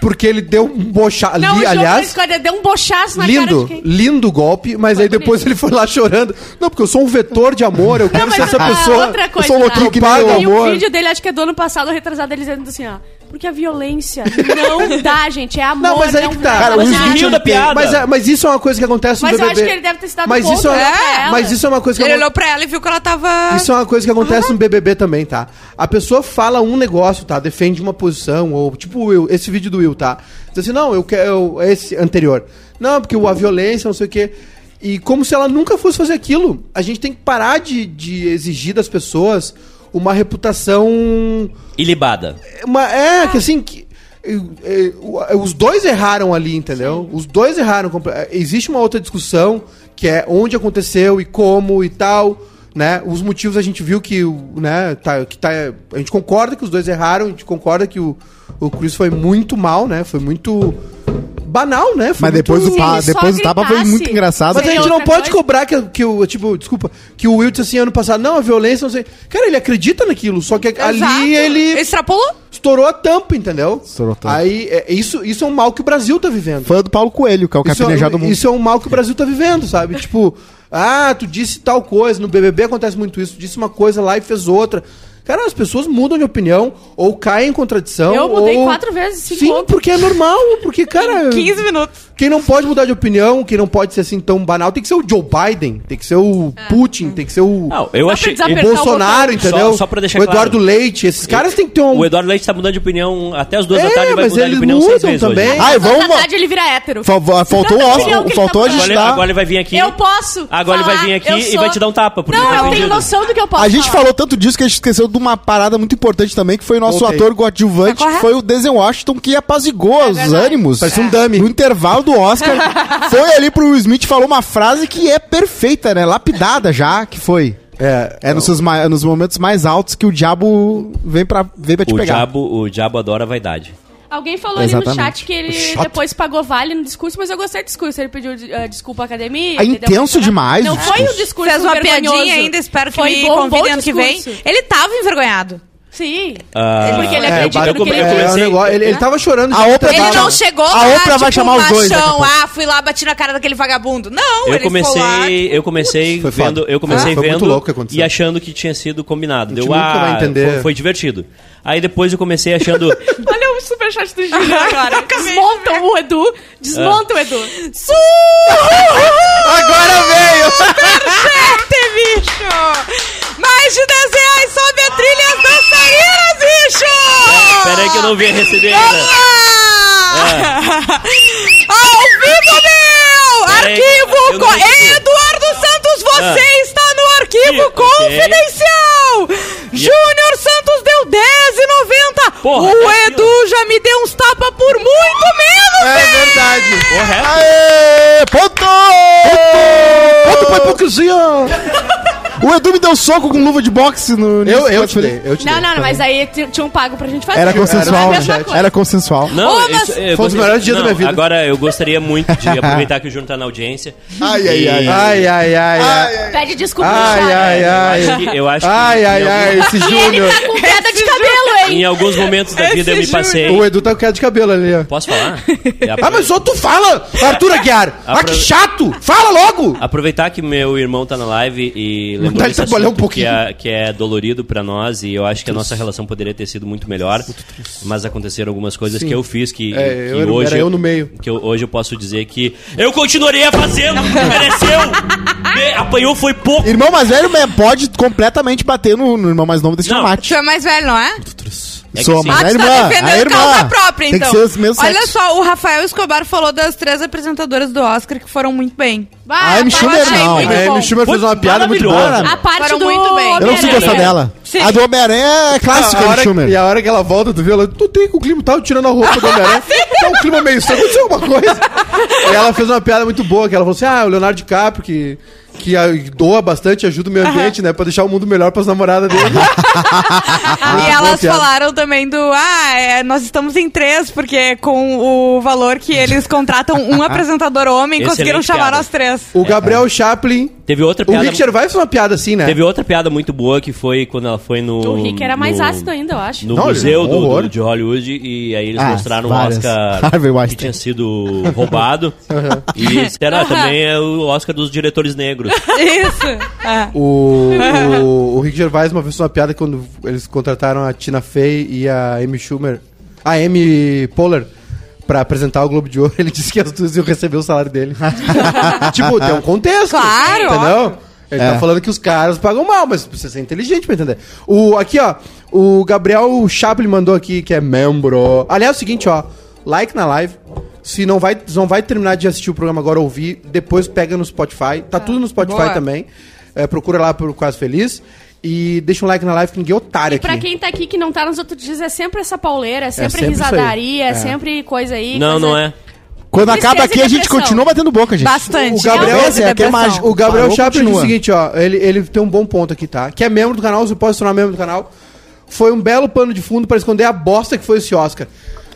porque ele deu um bocha... Não, ali, o jogo da aliás, discórdia deu um bochaço na cara de lindo, quem... lindo golpe, mas aí depois ele foi lá chorando. Não, porque eu sou um vetor de amor, eu quero ser essa a pessoa. é um outra né? eu sou louquinho que nem Paga eu. o E amor. o vídeo dele, acho que é do ano passado, retrasado, ele dizendo assim, ó... Porque a violência não dá, gente. É amor, Não, mas aí é que um tá. relacionamento. Cara, o Mas Will Smith, rio ele da tem- piada. Mas, é- mas isso é uma coisa que acontece Mas no eu BBB. acho que ele deve ter se dado mas conta, isso é, né, uma- pra ela. Mas isso é uma coisa que Ele acontece. olhou pra ela e viu que ela tava... Isso é uma coisa que acontece no BBB também, tá? A pessoa fala um negócio, tá? Defende uma posição, ou tipo o Will, esse vídeo do Will, tá? Diz assim, não, eu quero esse anterior. Não, porque o- a violência, não sei o quê. E como se ela nunca fosse fazer aquilo. A gente tem que parar de, de exigir das pessoas uma reputação... Ilibada. Uma, é, que assim... Que, eh, eh, o- os dois erraram ali, entendeu? Os dois erraram. compre- Existe uma outra discussão que é onde aconteceu e como e tal, né? Os motivos a gente viu que, o- né, tá, que tá, a gente concorda que os dois erraram, a gente concorda que o, o Chris foi muito mal, né? Foi muito banal, né? Foi Mas depois muito... do, pa- ele só Ah, depois do tapa foi gritasse. muito engraçado. Mas a gente não outra pode coisa? cobrar que, que o, tipo, desculpa, que o Will disse assim ano passado, não, a violência, não sei. Cara, ele acredita naquilo, só que Exato. ali ele Extrapolou? estourou a tampa, entendeu? Estourou a tampa. Aí, é, isso, isso é um mal que o Brasil tá vivendo. Fã do Paulo Coelho, que é o Isso, capinejado do mundo. isso é um mal que o Brasil tá vivendo, sabe? tipo, ah, tu disse tal coisa, no BBB acontece muito isso, tu disse uma coisa lá e fez outra. Cara, as pessoas mudam de opinião ou caem em contradição. Eu mudei ou- quatro vezes, cinco Sim, outras. porque é normal, porque, cara. 15 minutos. Quem não pode mudar de opinião, quem não pode ser assim tão banal, tem que ser o Joe Biden, tem que ser o É. Putin, tem que ser o, Não, eu pra achei. desaper- o apertar o Bolsonaro, botão. entendeu? Só- só pra deixar o Eduardo claro. Leite, esses caras têm que ter um... O Eduardo Leite tá mudando de opinião até as duas É, da tarde, vai mas mudar de eles opinião seis mudam vezes também. hoje. Ai, vamos. Na verdade, é ele vira hétero. Fa- fa- Faltou, Não, o opinião que Oscar, ele faltou tá a Ah, gente Agora, dar. agora ele vai vir aqui. Eu posso. Agora ele vai falar, vir aqui eu e vai te dar um tapa, porque Não, ele tá eu tenho ofendido. noção do que eu posso. A gente falar. falou tanto disso que a gente esqueceu de uma parada muito importante também, que foi o nosso Voltei. ator coadjuvante, Tá que correto. foi o Denzel Washington, que apazigou os É verdade. ânimos. Parece um dummy. No intervalo do Oscar, foi ali pro Will Smith e falou uma frase que é perfeita, né? Lapidada já, que foi. É, É nos, seus ma- nos momentos mais altos que o diabo vem pra, vem pra te O pegar. diabo, o diabo adora a vaidade. Alguém falou ali no Exatamente. chat que ele Chato. depois pagou vale no discurso, mas eu gostei do discurso. Ele pediu eh, desculpa à academia. É entendeu? intenso demais Não o foi um discurso. discurso Fez uma piadinha vergonhoso. ainda, espero que Foi um me bom, bom convidem ano que vem. discurso. Ele tava envergonhado. Sim. Ah, porque ele é, acredita eu no que come- ele eu diz. é, é um comecei- negócio- ele, ele tava chorando. A Oprah Ele Ele tava- não não chegou A lá, Oprah tipo, vai chamar os dois né? daqui a machão. pouco. Ah, fui lá, bati na cara daquele vagabundo. Eu Não, ele foi lá. comecei, eu comecei Putz, foi vendo, foda. eu comecei Ah, foi muito vendo louco o que aconteceu. e achando que tinha sido combinado. Deu, gente nunca ah, vai entender. Foi, foi divertido. Aí depois eu comecei achando, Olha o superchat do Júlio agora. Desmonta o Edu. Desmonta o Edu. Agora veio! Superchat, bicho! Mais de 10 reais, sobe a trilha as dançarinas, bicho! peraí que eu não vi a receber ainda. Ah! Ao vivo, meu! Peraí, eu Arquivo... não co- entendi. Eduardo Santos, você Ah. está no arquivo Ih, ok. confidencial! Júnior Santos deu 10,90! Porra, tá o aqui, Edu já me deu uns tapa por muito menos, É verdade. Correto. Aê, ponto! Ponto pra hipocrisia! O Edu me deu soco com luva de boxe no... no- Eu, eu te dei, eu te Não, dei. não, não, mas aí t- tinha um pago pra gente fazer. tá Era Não consensual, é a né? mesma coisa. Era consensual. Não, Ô, mas- isso, eu Foi um dos gostaria- melhores dias da não, minha vida. Agora eu gostaria muito de aproveitar que o Júnior tá na audiência. Ai, ai, ai. Ai, ai, ai, ai. Pede desculpa Ai, ai, ai. Eu acho que- eu acho que ai, em ai, algum- ai, esse E ele Júnior. tá com queda de cabelo, hein? Em alguns momentos da vida eu me passei. O Edu tá com queda de cabelo ali, ó. Posso falar? É, Ah, mas só tu fala, Arthur Aguiar. Ah, que Aprove- chato. Fala logo. Aproveitar que meu irmão tá na live e lembrou Vontade de desse trabalhar assunto um pouquinho. Que, é, que é dolorido pra nós e eu acho que a nossa relação poderia ter sido muito melhor, mas aconteceram algumas coisas que eu fiz que, É, que eu era- hoje era eu no meio. que eu- hoje eu posso dizer que eu continuaria fazendo, mereceu, Me- apanhou foi pouco. Irmão mais velho mas pode completamente bater no, no irmão mais novo desse Não. chamate. Tu é mais velho, não é? É que Sou a sim. mais Ah, velha tu irmã. tá a defendendo irmã. causa própria, Tem então. que ser os mesmos Olha sexos. só, o Rafael Escobar falou das três apresentadoras do Oscar que foram muito bem. Vai, Ah, me vai, chama vai, não. vai, A vai, Amy vai. Schumer fez uma Putz, piada muito boa. maravilhosa. A né? parte Foram do muito bem. Eu não consigo gostar Homem-Aranha. dela. Sim. A do Homem-Aranha é clássica Ah, A do hora- Schumer. e a hora que ela volta, tu vê ela, tu tem com o clima, tava tirando a roupa do Homem-Aranha, tá um clima meio estranho, aconteceu alguma coisa. e ela fez uma piada muito boa, que ela falou assim, ah, o Leonardo DiCaprio, que, que ah, doa bastante, ajuda o meio ambiente, né, pra deixar o mundo melhor pras namoradas dele. e elas piada. falaram também do. Ah, é, nós estamos em três, porque é com o valor que eles contratam um apresentador homem, conseguiram Excelente chamar piada. nós três. o Gabriel Chaplin, Teve outra o piada. Richard Vai fez uma piada assim, né? Teve outra piada muito boa que foi quando ela foi no. O Rick era mais no- ácido ainda, eu acho. no Não, museu ele- do- do, horror. de Hollywood e aí eles Ah, mostraram o várias. Oscar Harvey que Weinstein. tinha sido roubado e será também é o Oscar dos diretores negros Isso. É. O, o, o Rick Gervais uma vez fez uma piada quando eles contrataram a Tina Fey e a Amy Schumer, a Amy Poehler, pra apresentar o Globo de Ouro. Ele disse que as duas iam receber o salário dele. tipo, tem um contexto. Claro, Entendeu? Ele tá falando que os caras pagam mal, mas precisa ser inteligente pra entender. O, aqui, ó, o Gabriel Chaplin mandou aqui, que é membro. Aliás, é o seguinte, ó, like na live. Se não vai, se não vai terminar de assistir o programa agora, ouvir, depois pega no Spotify. Tá tudo no Spotify Boa. também também. É, procura lá por Quase Feliz. E deixa um like na live que ninguém é otário Pra aqui. quem tá aqui que não tá nos outros dias, é sempre essa pauleira, é sempre, sempre isso aí. risadaria, é sempre coisa aí. não coisa- não é Quando Tristeza acaba aqui, e a gente depressão. continua batendo boca, gente. Bastante. O Gabriel- Realmente Esse aqui é depressão. mais- O Gabriel Parou, Chaplin diz o continua. seguinte, ó. Ele, ele tem um bom ponto aqui, tá? Que é membro do canal, você pode se tornar membro do canal. Foi um belo pano de fundo pra esconder a bosta que foi esse Oscar.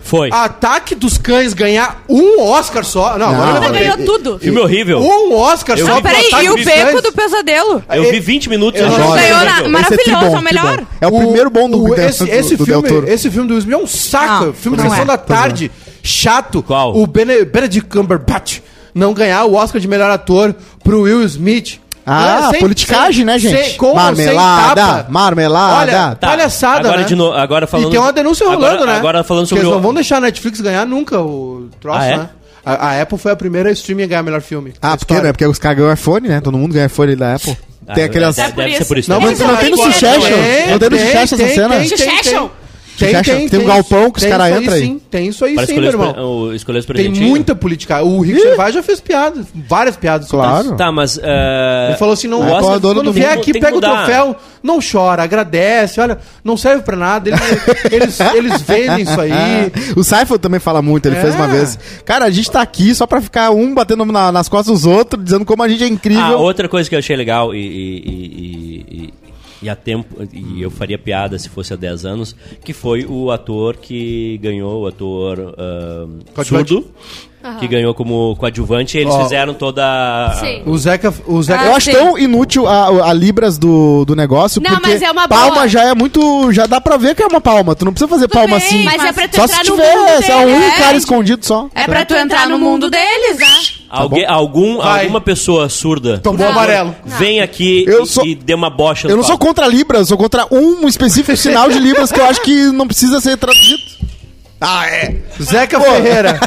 foi Ah, Ataque dos cães ganhar um Oscar só. Não, agora eu Não, Ela levantei. ganhou tudo. filme horrível Um Oscar Eu só vi- pro Peraí, Ataque e o dos beco Cães. do pesadelo? eu vi 20 minutos Eu eu achei não- horrível. Ganhou na- mas- Esse Maravilhoso, tribom, é o melhor. tribom. É o, primeiro bom do, o, do- esse, do- esse do filme, Del Toro. Esse filme do Will Smith é um saco. Não, filme da não sessão é. da tarde. Chato. Qual? O Bene- Benedict Cumberbatch não ganhar o Oscar de melhor ator pro Will Smith. Ah, sem- politicagem, sem- né, gente? sem- com ou sem Marmelada, tapa. marmelada. Olha, Tá, palhaçada, agora né? de novo agora falando E tem uma denúncia agora- rolando, né? agora falando Porque sobre eles o- não vão deixar a Netflix ganhar nunca o troço, Ah, é? né? A, a Apple foi a primeira streaming a ganhar melhor filme. Da Ah, porque, história. né? Porque os caras ganham iPhone, né? Todo mundo ganha iPhone da Apple. Ah, tem aquelas. Deve, deve ser né? por isso. Não, também. mas é não tem no Tem, Succession. tem, Não tem no É, tem, Succession essa tem, cena. tem, Succession! Tem, tem, tem um galpão que os tem cara isso aí entra aí. Sim, tem isso aí Para sim, assim, meu escolher, os pre- irmão. o- é um escolher os Tem presentinhos. muita política. O Rick Gervais já fez piadas, várias piadas. sobre Claro. isso. Tá, mas... eh, Ele falou assim, não, o qual Oscar- é a dona quando do vier mundo? aqui, Tem que pega o mudar. troféu, não chora, agradece, olha, não serve pra nada, ele- eles, eles vendem isso aí. O Seifel também fala muito, ele É. fez uma vez. Cara, a gente tá aqui só pra ficar um batendo na- nas costas dos outros, dizendo como a gente é Ah, incrível. outra coisa que eu achei legal e, e, e, e- e- e há tempo, e eu faria piada se fosse há 10 anos, que foi o ator que ganhou, o ator ahn, Coadjuvante. surdo, que ganhou como coadjuvante, e eles Ó. fizeram toda a... Sim. O Zeca, o Zeca eu Ah, acho sim. tão inútil a, a Libras do, do negócio, Não, porque mas é uma palma boa. já é muito. Já dá pra ver que é uma palma. Tu não precisa fazer palma bem, assim. mas é pra tu só entrar se no tiver mundo só dele, um é. cara escondido só. É pra tu entrar no mundo deles, né? Tá Alguém, algum, Vai. alguma pessoa surda tomou amarelo. vem aqui Então, Eu e, sou- e dê uma bocha no Eu não sou palco. contra Libras, eu sou contra um específico sinal de Libras que eu acho que não precisa ser traduzido. Ah, é. Zeca Ferreira.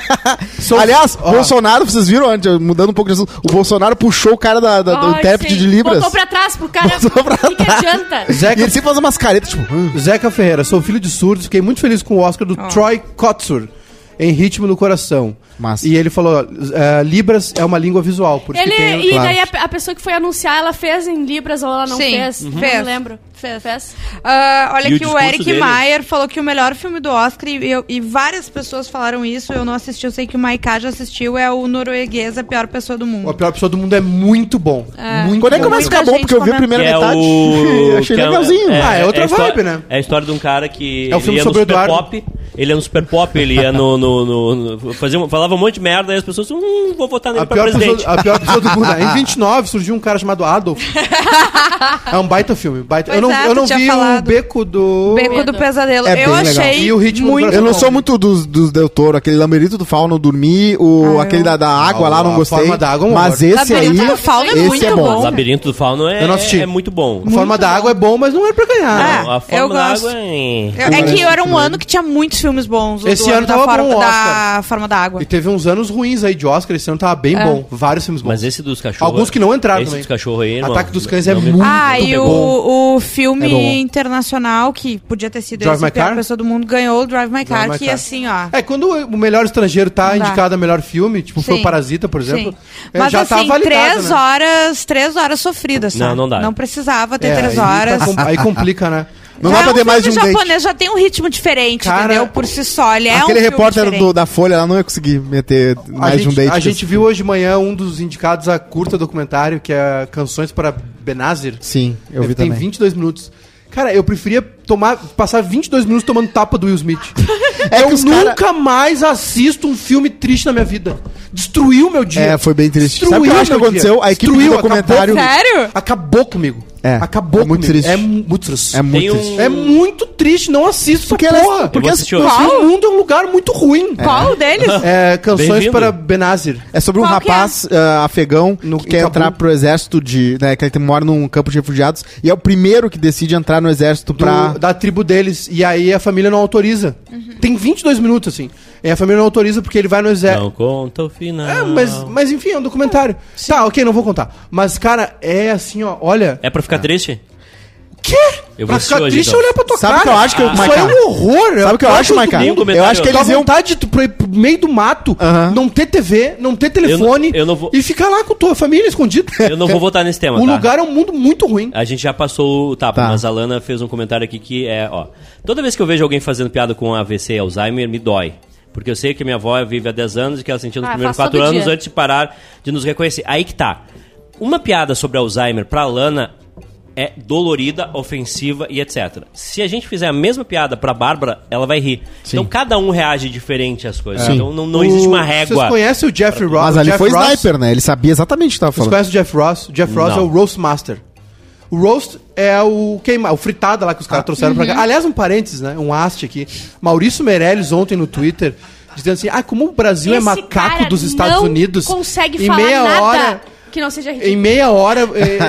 Sou- Aliás, Ó, Bolsonaro, vocês viram antes, mudando um pouco de assunto, o Bolsonaro puxou o cara da, da- do Ai, intérprete sim. de Libras. Botou pra trás pro cara. Botou pra O que, que trás. adianta? E Zeca, ele sempre faz umas caretas, tipo. "Hum". Zeca Ferreira, sou filho de surdos, fiquei muito feliz com o Oscar do Troy Kotsur. Em ritmo no coração. Massa. E ele falou: eh, Libras é uma língua visual. Porque Ele, é- tem- e claro. daí a, a pessoa que foi anunciar, ela fez em Libras ou ela não Sim, fez? uhum. Não Fez. lembro. Fez. fez. Ah, olha E o que o discurso Eric dele? Maier falou que o melhor filme do Oscar, e, eu- e várias pessoas falaram isso, eu não assisti, eu sei que o Maiká já assistiu, é o norueguês, a pior pessoa do mundo. A pior pessoa do mundo é muito bom. Muito Quando é que bom. começa a ficar Muita bom? Porque eu vi a gente primeira Que é metade. o. Achei que é- legalzinho. Ah, é outra a histó- vibe, né? É a história de um cara que. É o filme ele ia sobre o no super Eduardo. pop. Ele ia no super pop, ele ia no. no, no- no- fazia, um- falava um monte de merda e as pessoas. Hum, vou votar nele A pra pior, presidente. pessoa, a pior pessoa do mundo. Em 29 surgiu um cara chamado Adolf. É um baita filme. Baita. Eu Pois não, é, eu tu não tinha vi falado. o beco do. Beco do Pesadelo. É eu bem legal. achei E o um ritmo do muito Brasil. Eu não bom. sou muito dos, dos Del Toro, aquele lamerito do fauno dormir, o, Ah, aquele da, da água Ah, lá, não a gostei. forma da água é um mas horror. esse aí. Labirinto do Fauno é esse muito é O bom. Labirinto do Fauno é, Eu não assisti. é muito bom. A forma da água é bom, mas não é pra ganhar. É. Não, a eu forma da gosto. água é. Eu- É que eu era um ano que tinha muitos filmes bons. O Esse do ano da tava forma, bom o da Oscar. É forma da água. E teve uns anos ruins aí de Oscar, esse ano tava É. bem bom. Vários filmes bons. Mas esse dos cachorros. Alguns que não entraram Esse também. dos cachorros aí, irmão, Ataque dos Cães não é me- muito Ah, e bom. o, o É filme bom. internacional que podia ter sido Drive esse, My a pior Car? pessoa do mundo, ganhou o Drive My Car, My que Car. assim, ó. É, quando o melhor estrangeiro tá Não dá. indicado a melhor filme, tipo foi Sim. o Parasita, por exemplo, Sim. é, Mas já tá assim, validado, três né? horas, três horas sofridas, sabe? Não, não dá. Não precisava ter É, aí três tá horas. com- aí complica, né? Não dá Já pra é ter um mais de um filme date. japonês já tem um ritmo diferente, Cara, entendeu? Por si só, ele é Aquele um filme repórter do- diferente. da Folha lá não ia conseguir meter A mais de gente, um date. a com gente esse- viu hoje de manhã um dos indicados a curta documentário, que é Canções para Benazir. Sim, eu Ele vi É, tem também. 22 minutos. Cara, eu preferia tomar, passar 22 minutos tomando tapa do Will Smith. É que eu os cara- nunca mais assisto um filme triste na minha vida. Destruiu meu dia. É, foi bem triste. Destruiu Sabe o que eu acho que meu dia. aconteceu? A equipe do Destruiu, documentário- Acabou, comigo. Sério? acabou comigo. É, Acabou é muito comigo. triste. É mu- muito triste. É muito Tem um- triste. É muito triste, não assisto Porque essa ela- porra. porque Eu vou as- assistir Eu hoje. acho que o mundo é um lugar muito ruim. Qual deles? É, canções Bem-vindo. para Benazir. É sobre um Qual que é? rapaz ah, afegão No- que em quer Cabul. entrar pro exército de. Né, que ele tem- mora num campo de refugiados e é o primeiro que decide entrar no exército do- pra. da tribo deles. E aí a família não autoriza. Uhum. Tem 22 minutos, assim. E a família não autoriza porque ele vai no exército. Não conta o final. É, mas, mas enfim, é um documentário. Tá, ok, não vou contar. Mas, cara, é assim, ó, olha. É pra ficar triste? Quê? Eu vou pra assistir ficar hoje, triste então. é olhar pra tua Sabe cara. que eu acho que eu- Isso Maica, é um horror. Sabe o que eu Maica? acho, Maica? Nenhum Eu comentário. acho que Dá eles iam. vontade de tu pra ir pro meio do mato, Aham. não ter TV, não ter telefone eu não vou- e ficar lá com tua família escondida. Eu não vou votar nesse tema, o tá? lugar é um mundo muito ruim. A gente já passou o tapa, Tá. mas a Lana fez um comentário aqui que é, ó. Toda vez que eu vejo alguém fazendo piada com um AVC e Alzheimer, me dói. Porque eu sei que minha avó vive há 10 anos e que ela sentiu nos Ah, primeiros faz 4 todo anos dia. antes de parar de nos reconhecer. Aí que tá. Uma piada sobre Alzheimer pra Lana é dolorida, ofensiva e etc. Se a gente fizer a mesma piada pra Bárbara, ela vai rir. Então cada um reage diferente às coisas. Então não, não existe uma O- régua. Vocês conhecem o Jeff Ross? Mas ali Jeff foi Ross? sniper, né? Ele sabia exatamente o que tava Vocês falando. conhecem o Jeff Ross? O Jeff Ross Não. é o Roast Master. O Roast é o queimar, o fritada lá que os Ah, caras trouxeram pra uhum. cá. Aliás, um parênteses, né? Um haste aqui. Maurício Meirelles ontem no Twitter dizendo assim: ah, como o Brasil é Esse macaco cara dos Estados não Unidos. consegue em falar meia nada. hora. que não seja ridículo. Em meia hora,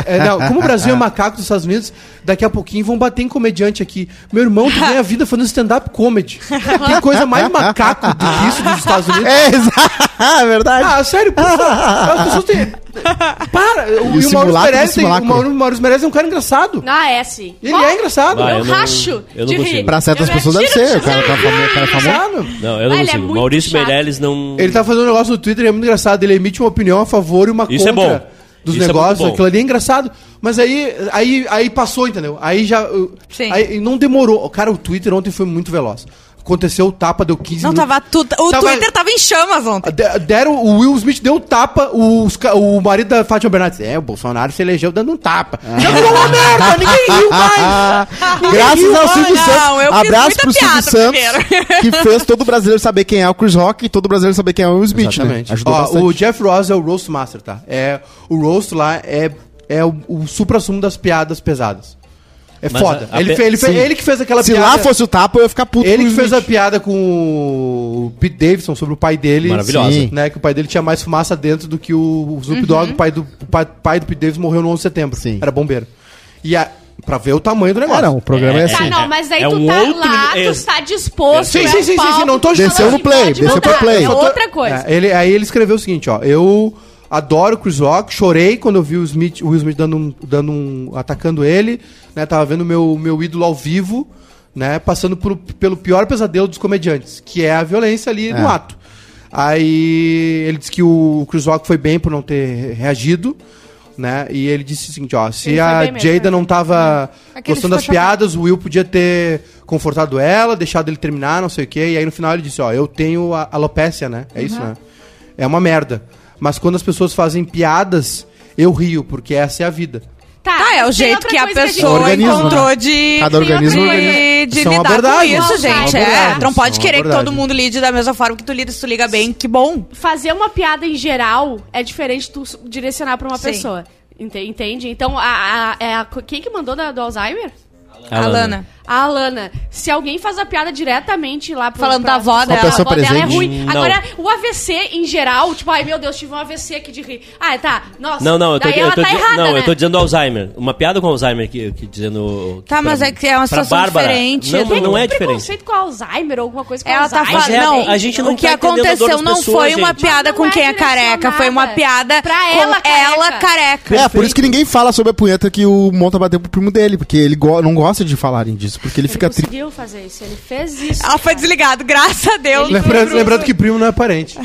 é, é, não, como o Brasil é macaco dos Estados Unidos, daqui a pouquinho vão bater em comediante aqui. Meu irmão que ganha vida fazendo stand-up comedy. Tem coisa mais macaco do que isso dos Estados Unidos. É, exa- é verdade. Ah, sério, pô, as pessoas têm. Para! O, E o e o Maurício simulacro do Meirelles tem- o simulacro. Mauro- Maurício Meirelles é um cara engraçado. Ah, é sim. Ele Bom, é engraçado. Vai, Eu, Ah, eu não- racho eu não de consigo. rir. Pra certas Eu pessoas deve tiro ser. O de cara, tá o cara famoso. o cara famoso. Engraçado. Não, eu não Ah, ele é consigo. muito Maurício chato. Meirelles não. Ele tá fazendo um negócio no Twitter, é muito engraçado. Ele emite uma opinião a favor e uma Isso é contra bom. dos Isso é negócios. muito bom. Aquilo ali é engraçado. Mas aí, aí, aí passou, entendeu? Aí já. uh, Sim. Aí não demorou. Cara, o Twitter ontem foi muito veloz. Aconteceu o tapa, deu 15 Não, minutos. tava tudo. O Tava- Twitter tava em chamas ontem. De- Deram, o Will Smith deu um tapa, os ca- o marido da Fátima Bernardes. É, o Bolsonaro se elegeu dando um tapa. Já virou uma merda, ninguém riu mais. Ninguém Ah, Graças riu ao mais. Silvio não, eu Santos. fiz Abraço muita pro Silvio piada Santos, primeiro. que fez todo brasileiro saber quem é o Chris Rock e todo brasileiro saber quem é o Will Smith, Exatamente. né? Ajudou Ó, bastante. o Jeff Ross é o Roast Master, tá? É, o Roast lá é, é o, o supra-sumo das piadas pesadas. É Mas foda. a- a ele, pe- fe- ele fe- Sim. ele que fez aquela Se piada. lá fosse o tapa, eu ia ficar puto Ele com o que fez a Smith. piada com o Pete Davidson sobre o pai dele. Maravilhosa. Sim. Né, que o pai dele tinha mais fumaça dentro do que o Snoop Dogg, o pai do, o pai, pai do Pete Davidson, morreu no 11 de setembro. Sim. Era bombeiro. E a, pra ver o tamanho do Ah, negócio. não, o programa é, É, assim. Tá, Sim, não, é- mas aí é tu um tá outro lá, nível- tu tá disposto. Sim, é sim, sim, um sim, palco, sim, não tô tu falou Desceu no que play, pode desceu pro mudar, play. É outra coisa. É, ele, aí ele escreveu o seguinte, ó. Eu adoro o Chris Rock, chorei quando eu vi o Smith, o Will Smith dando um, dando um, atacando ele, né? Tava vendo meu meu ídolo ao vivo, né? Passando por- pelo pior pesadelo dos comediantes, que é a violência ali no ato. Aí ele disse que o Chris Rock foi bem por não ter reagido, né? E ele disse o seguinte, ó, se Ele foi a bem mesmo, Jada né? não tava É que ele gostando das ficou chocado. piadas, o Will podia ter confortado ela, deixado ele terminar, não sei o quê. E aí no final ele disse, ó, eu tenho a alopécia, né? É Uhum. isso, né? É uma merda. Mas quando as pessoas fazem piadas, eu rio, porque essa é a vida. Tá, é o tem jeito outra que a coisa gente- É pessoa organismo, encontrou né? de, Cada organismo de, organiza- de São lidar com abordagens, isso, são gente. É, abordagens, tu não pode são querer que todo abordagens. mundo lide da mesma forma que tu lida, se tu liga bem, que bom. fazer uma piada em geral é diferente tu s- direcionar pra uma Sim. pessoa. Ente- Entende? Então, a, a- é a- quem que mandou da- do Alzheimer? Alana. A Alana. Se alguém faz a piada diretamente lá pro, Falando pra- da avó pra- dela. pra pessoa dela é presente. ruim. Não. Agora, o AVC em geral, tipo, ai meu Deus, tive um AVC aqui de rir. Ah, tá. Nossa. Não, não, eu tô, daí eu ela tô tá di- errada, não, né? eu tô dizendo Alzheimer. Uma piada com Alzheimer que, que dizendo. Tá, que mas é que é uma pra situação Bárbara. diferente um Não, do- mas não é diferente. preconceito com Alzheimer ou alguma coisa com Ela tá Alzheimer. falando. é, Não, a gente não o que tá entendendo a dor aconteceu das não pessoas, foi uma gente. piada Mas com não quem é é careca, foi uma piada direcionada. Pra com ela careca. ela careca. É, por isso que ninguém fala sobre a punheta que o Monta bateu pro primo dele, porque ele go- não gosta de falarem disso, porque ele Ele fica triste. conseguiu fazer isso, ele fez isso. Ela foi desligada, graças a Deus. Ele- Lembrando, lembrando que primo não é parente.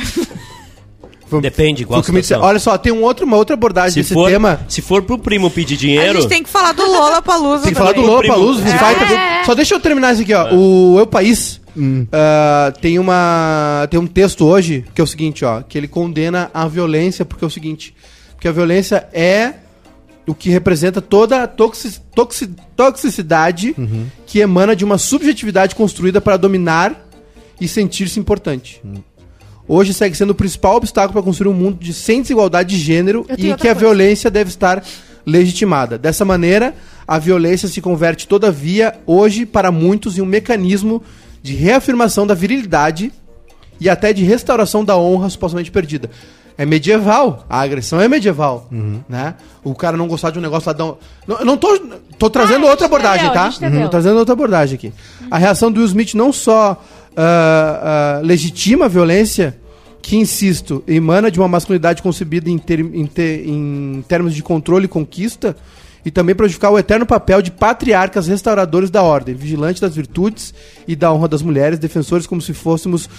Foi- Depende, foi igual o que me disseram. situação. Olha só, tem um outro, uma outra abordagem se desse for, tema. se for pro primo pedir A dinheiro. gente tem que falar do Lola Palusa. Tem que falar do Lola Lola Palusa, Primo- É. Só deixa eu terminar isso aqui, ó. O Eu País ah, tem uma tem um texto hoje que é o seguinte, ó, que ele condena a violência porque é o seguinte, porque a violência é o que representa toda a toxi- toxi- toxicidade que emana de uma subjetividade construída para dominar e sentir-se importante. Hoje segue sendo o principal obstáculo para construir um mundo de sem desigualdade de gênero Eu tenho e em outra que a coisa. violência deve estar legitimada. Dessa maneira, a violência se converte, todavia, hoje, para muitos, em um mecanismo de reafirmação da virilidade e até de restauração da honra supostamente perdida. É medieval, a agressão é medieval, né? O cara não gostar de um negócio lá dá um... Não, eu não tô, tô trazendo Ah, a outra gente abordagem, entendeu, a tá? gente entendeu. Tô trazendo outra abordagem aqui. A reação do Will Smith não só ah, ah, legitima a violência, que, insisto, emana de uma masculinidade concebida em, ter- em ter- em termos de controle e conquista, e também prejudicar o eterno papel de patriarcas restauradores da ordem, vigilantes das virtudes e da honra das mulheres, defensores como se fôssemos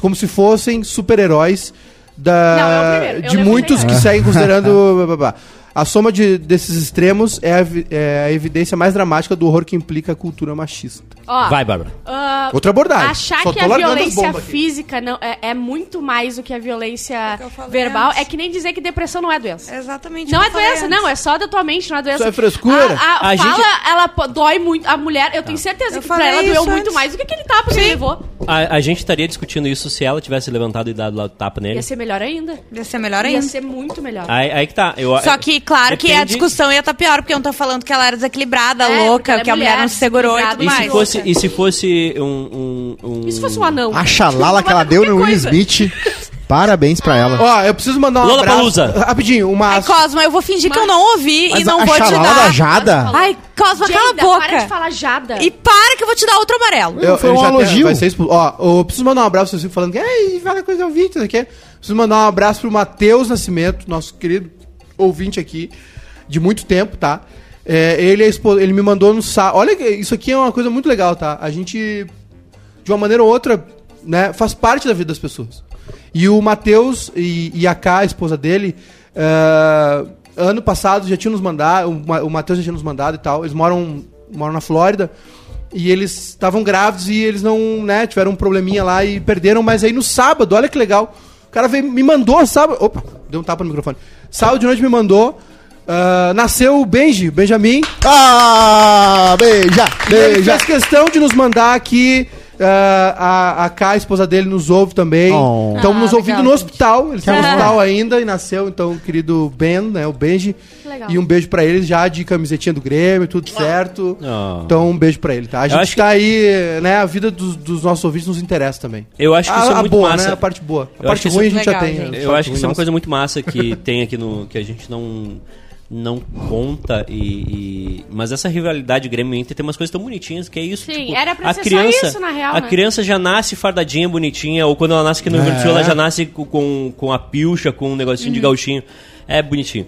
como se fossem super-heróis da- Não, é o primeiro, eu de lembro muitos bem. que seguem considerando. blá, blá, blá. A soma de- desses extremos é a, vi- é a evidência mais dramática do horror que implica a cultura machista. Ó, Vai, Bárbara. ah, Outra abordagem. Achar Só que tô a largando as violência bombas aqui. física não, é, é muito mais do que a violência que eu falei verbal. antes. É que nem dizer que depressão não é doença. Exatamente. Não o é que eu falei doença, não, é antes. só da tua mente, não é doença. Isso é frescura. Tá. A, a A fala, gente- ela po- dói muito. A mulher, eu tenho certeza Eu que pra falei ela doeu isso muito antes. mais do que aquele tapa que ele levou. A, a gente estaria discutindo isso se ela tivesse levantado e dado lá o tapa nele. Ia ser melhor ainda. Ia ser melhor Ia ainda. ser muito melhor. Ah. Aí, aí que tá. eu- Só que, claro, que é a depende- discussão ia estar pior, porque eu não tô falando que ela era desequilibrada, É, porque louca, ela é que a mulher não se segurou E e tudo desequilibrada, se mais. fosse, e se fosse um, um- um- E se fosse um anão? A xalala que ela Mas deu no qualquer Will coisa. Smith. Parabéns pra ela. Ó, eu preciso mandar um Lola abraço. Palusa. Rapidinho, É, uma... Ai, Cosma, eu vou fingir que eu não ouvi e Mas não a vou te xalala dar. da Jada? Ai, Cosma, cala a Jada, boca. Para de falar Jada. E para que eu vou te dar outro amarelo. Eu, Foi eu um já elogio. tenho- vai ser expulso. Ó, eu preciso mandar um abraço pra você falando que é várias coisa ouvinte, não sei o quê. Preciso mandar um abraço pro Matheus Nascimento, nosso querido ouvinte aqui, de muito tempo, tá? É, ele, é expo- ele me mandou no sábado. Olha, que isso aqui é uma coisa muito legal, tá? A gente, de uma maneira ou outra, né, faz parte da vida das pessoas. E o Matheus e, e a K, a esposa dele, é, ano passado já tinham nos mandado, o Ma- o Matheus já tinha nos mandado e tal. Eles moram, moram na Flórida. E eles estavam grávidos e eles não, né, tiveram um probleminha lá e perderam, mas aí no sábado, olha que legal. O cara veio, me mandou sábado. Opa, deu um tapa no microfone. Sábado de noite me mandou. ah, nasceu o Benji, Benjamin. Ah, beija, E ele beija. fez questão de nos mandar aqui. ah, a, a K, a esposa dele, nos ouve também. Oh. Estão Ah, nos ouvindo legal, no gente. hospital. Ele está no amor. hospital ainda e nasceu, então, o querido Ben, né? O Benji. Legal. E um beijo pra ele já de camisetinha do Grêmio, tudo certo. Ah. Então, um beijo pra ele, tá? A gente acho tá aí, né? A vida dos, dos nossos ouvintes nos interessa também. Eu acho que a, isso é a muito boa, massa. né? A parte boa. A Eu parte acho isso ruim a gente legal, já tem. né? gente. a Eu parte acho que ruim isso é uma nossa. coisa muito massa que tem aqui no. que a gente não. Não conta e, e- Mas essa rivalidade Grêmio e Inter tem umas coisas tão bonitinhas que é isso. Sim, tipo, era pra a ser só criança, isso, na real, A né? criança já nasce fardadinha, bonitinha, ou quando ela nasce aqui no Rio Grande do Sul, É. ela já nasce co- com, com a pilcha, com um negocinho Uhum. de gauchinho. É bonitinho.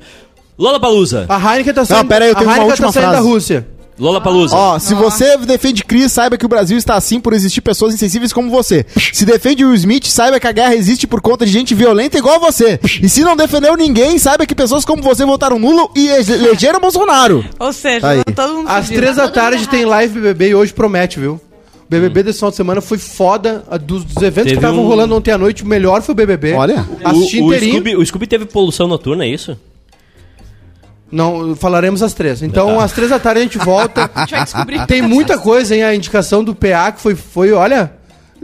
Lola Palusa. A Heineken tá saindo, pera aí, eu tenho a uma Heineken última tá saindo frase. da Rússia. Lola Palusa. Ó, se você defende Cris, saiba que o Brasil está assim por existir pessoas insensíveis como você. Se defende Will Smith, saiba que a guerra existe por conta de gente violenta igual você. E se não defendeu ninguém, saiba que pessoas como você votaram nulo e ele- elegeram Bolsonaro. Ou seja, tá Aí. todo mundo Às fudido. três da todo mundo tarde errado. tem live BBB e hoje promete, viu? O BBB desse final de semana foi foda. A Dos, dos eventos Hum. Teve que estavam um- rolando ontem à noite, o melhor foi o BBB. Olha. Assisti o, o, inteirinho. Scooby, o Scooby teve poluição noturna, é isso? Não, falaremos às três. Então, Tá. às três da tarde a gente volta. A gente vai descobrir. Tem muita coisa, hein? A indicação do PA que foi, foi olha...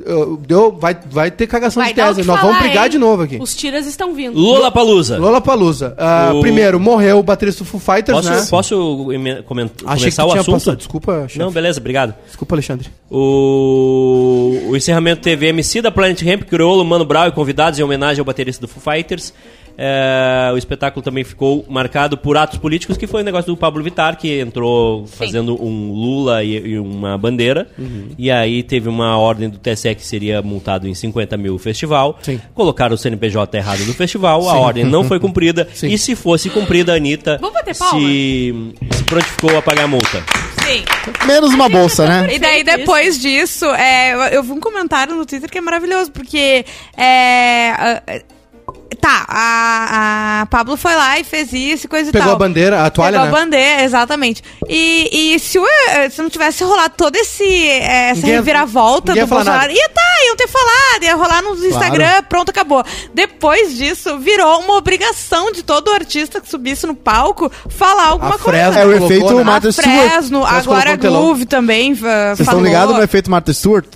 eu- Deu, vai, vai ter cagação Vai de dar o tese. que Nós vamos falar, brigar hein? de novo aqui. Os tiras estão vindo. Lola Palusa. Lola Palusa. ah, O- Primeiro, morreu o baterista do Foo Fighters, Posso, né? posso eme- comen- Achei que começar tu o tinha assunto? passado. Desculpa, chefe. Não, beleza, obrigado. Desculpa, Alexandre. O, o encerramento teve MC da Planet Ramp, Criolo, Mano Brown e convidados em homenagem ao baterista do Foo Fighters. É, o espetáculo também ficou marcado por atos políticos, que foi o negócio do Pablo Vittar, que entrou fazendo um Lula e, e uma bandeira. Uhum. E aí teve uma ordem do TSE que seria multado em 50 mil o festival. Sim. Colocaram o CNPJ errado no festival, a ordem não foi cumprida. Sim. E se fosse cumprida, a Anitta Vamos bater palma? se, se prontificou a pagar a multa. Sim. Menos uma bolsa, né? E Perfeito, daí, depois disso, é, eu, eu vi um comentário no Twitter que é maravilhoso, porque. é, a- tá, a, a Pablo foi lá e fez isso e coisa e tal. Pegou a bandeira, a toalha, Pegou né? a bandeira, exatamente. E, e se, o- eh, se não tivesse rolado toda esse, eh, essa Ninguém ia- reviravolta ninguém ia do falar Bolsonaro, nada. ia tá, iam ter falado, ia rolar no Instagram, pronto, acabou. Depois disso, virou uma obrigação de todo artista que subisse no palco falar alguma A coisa. Fresno É o colocou, efeito né? Martha A Stewart. Fresno, Fresno agora a colocou um telão. Groove também. Vocês Vocês estão ligados no efeito Martha Stewart?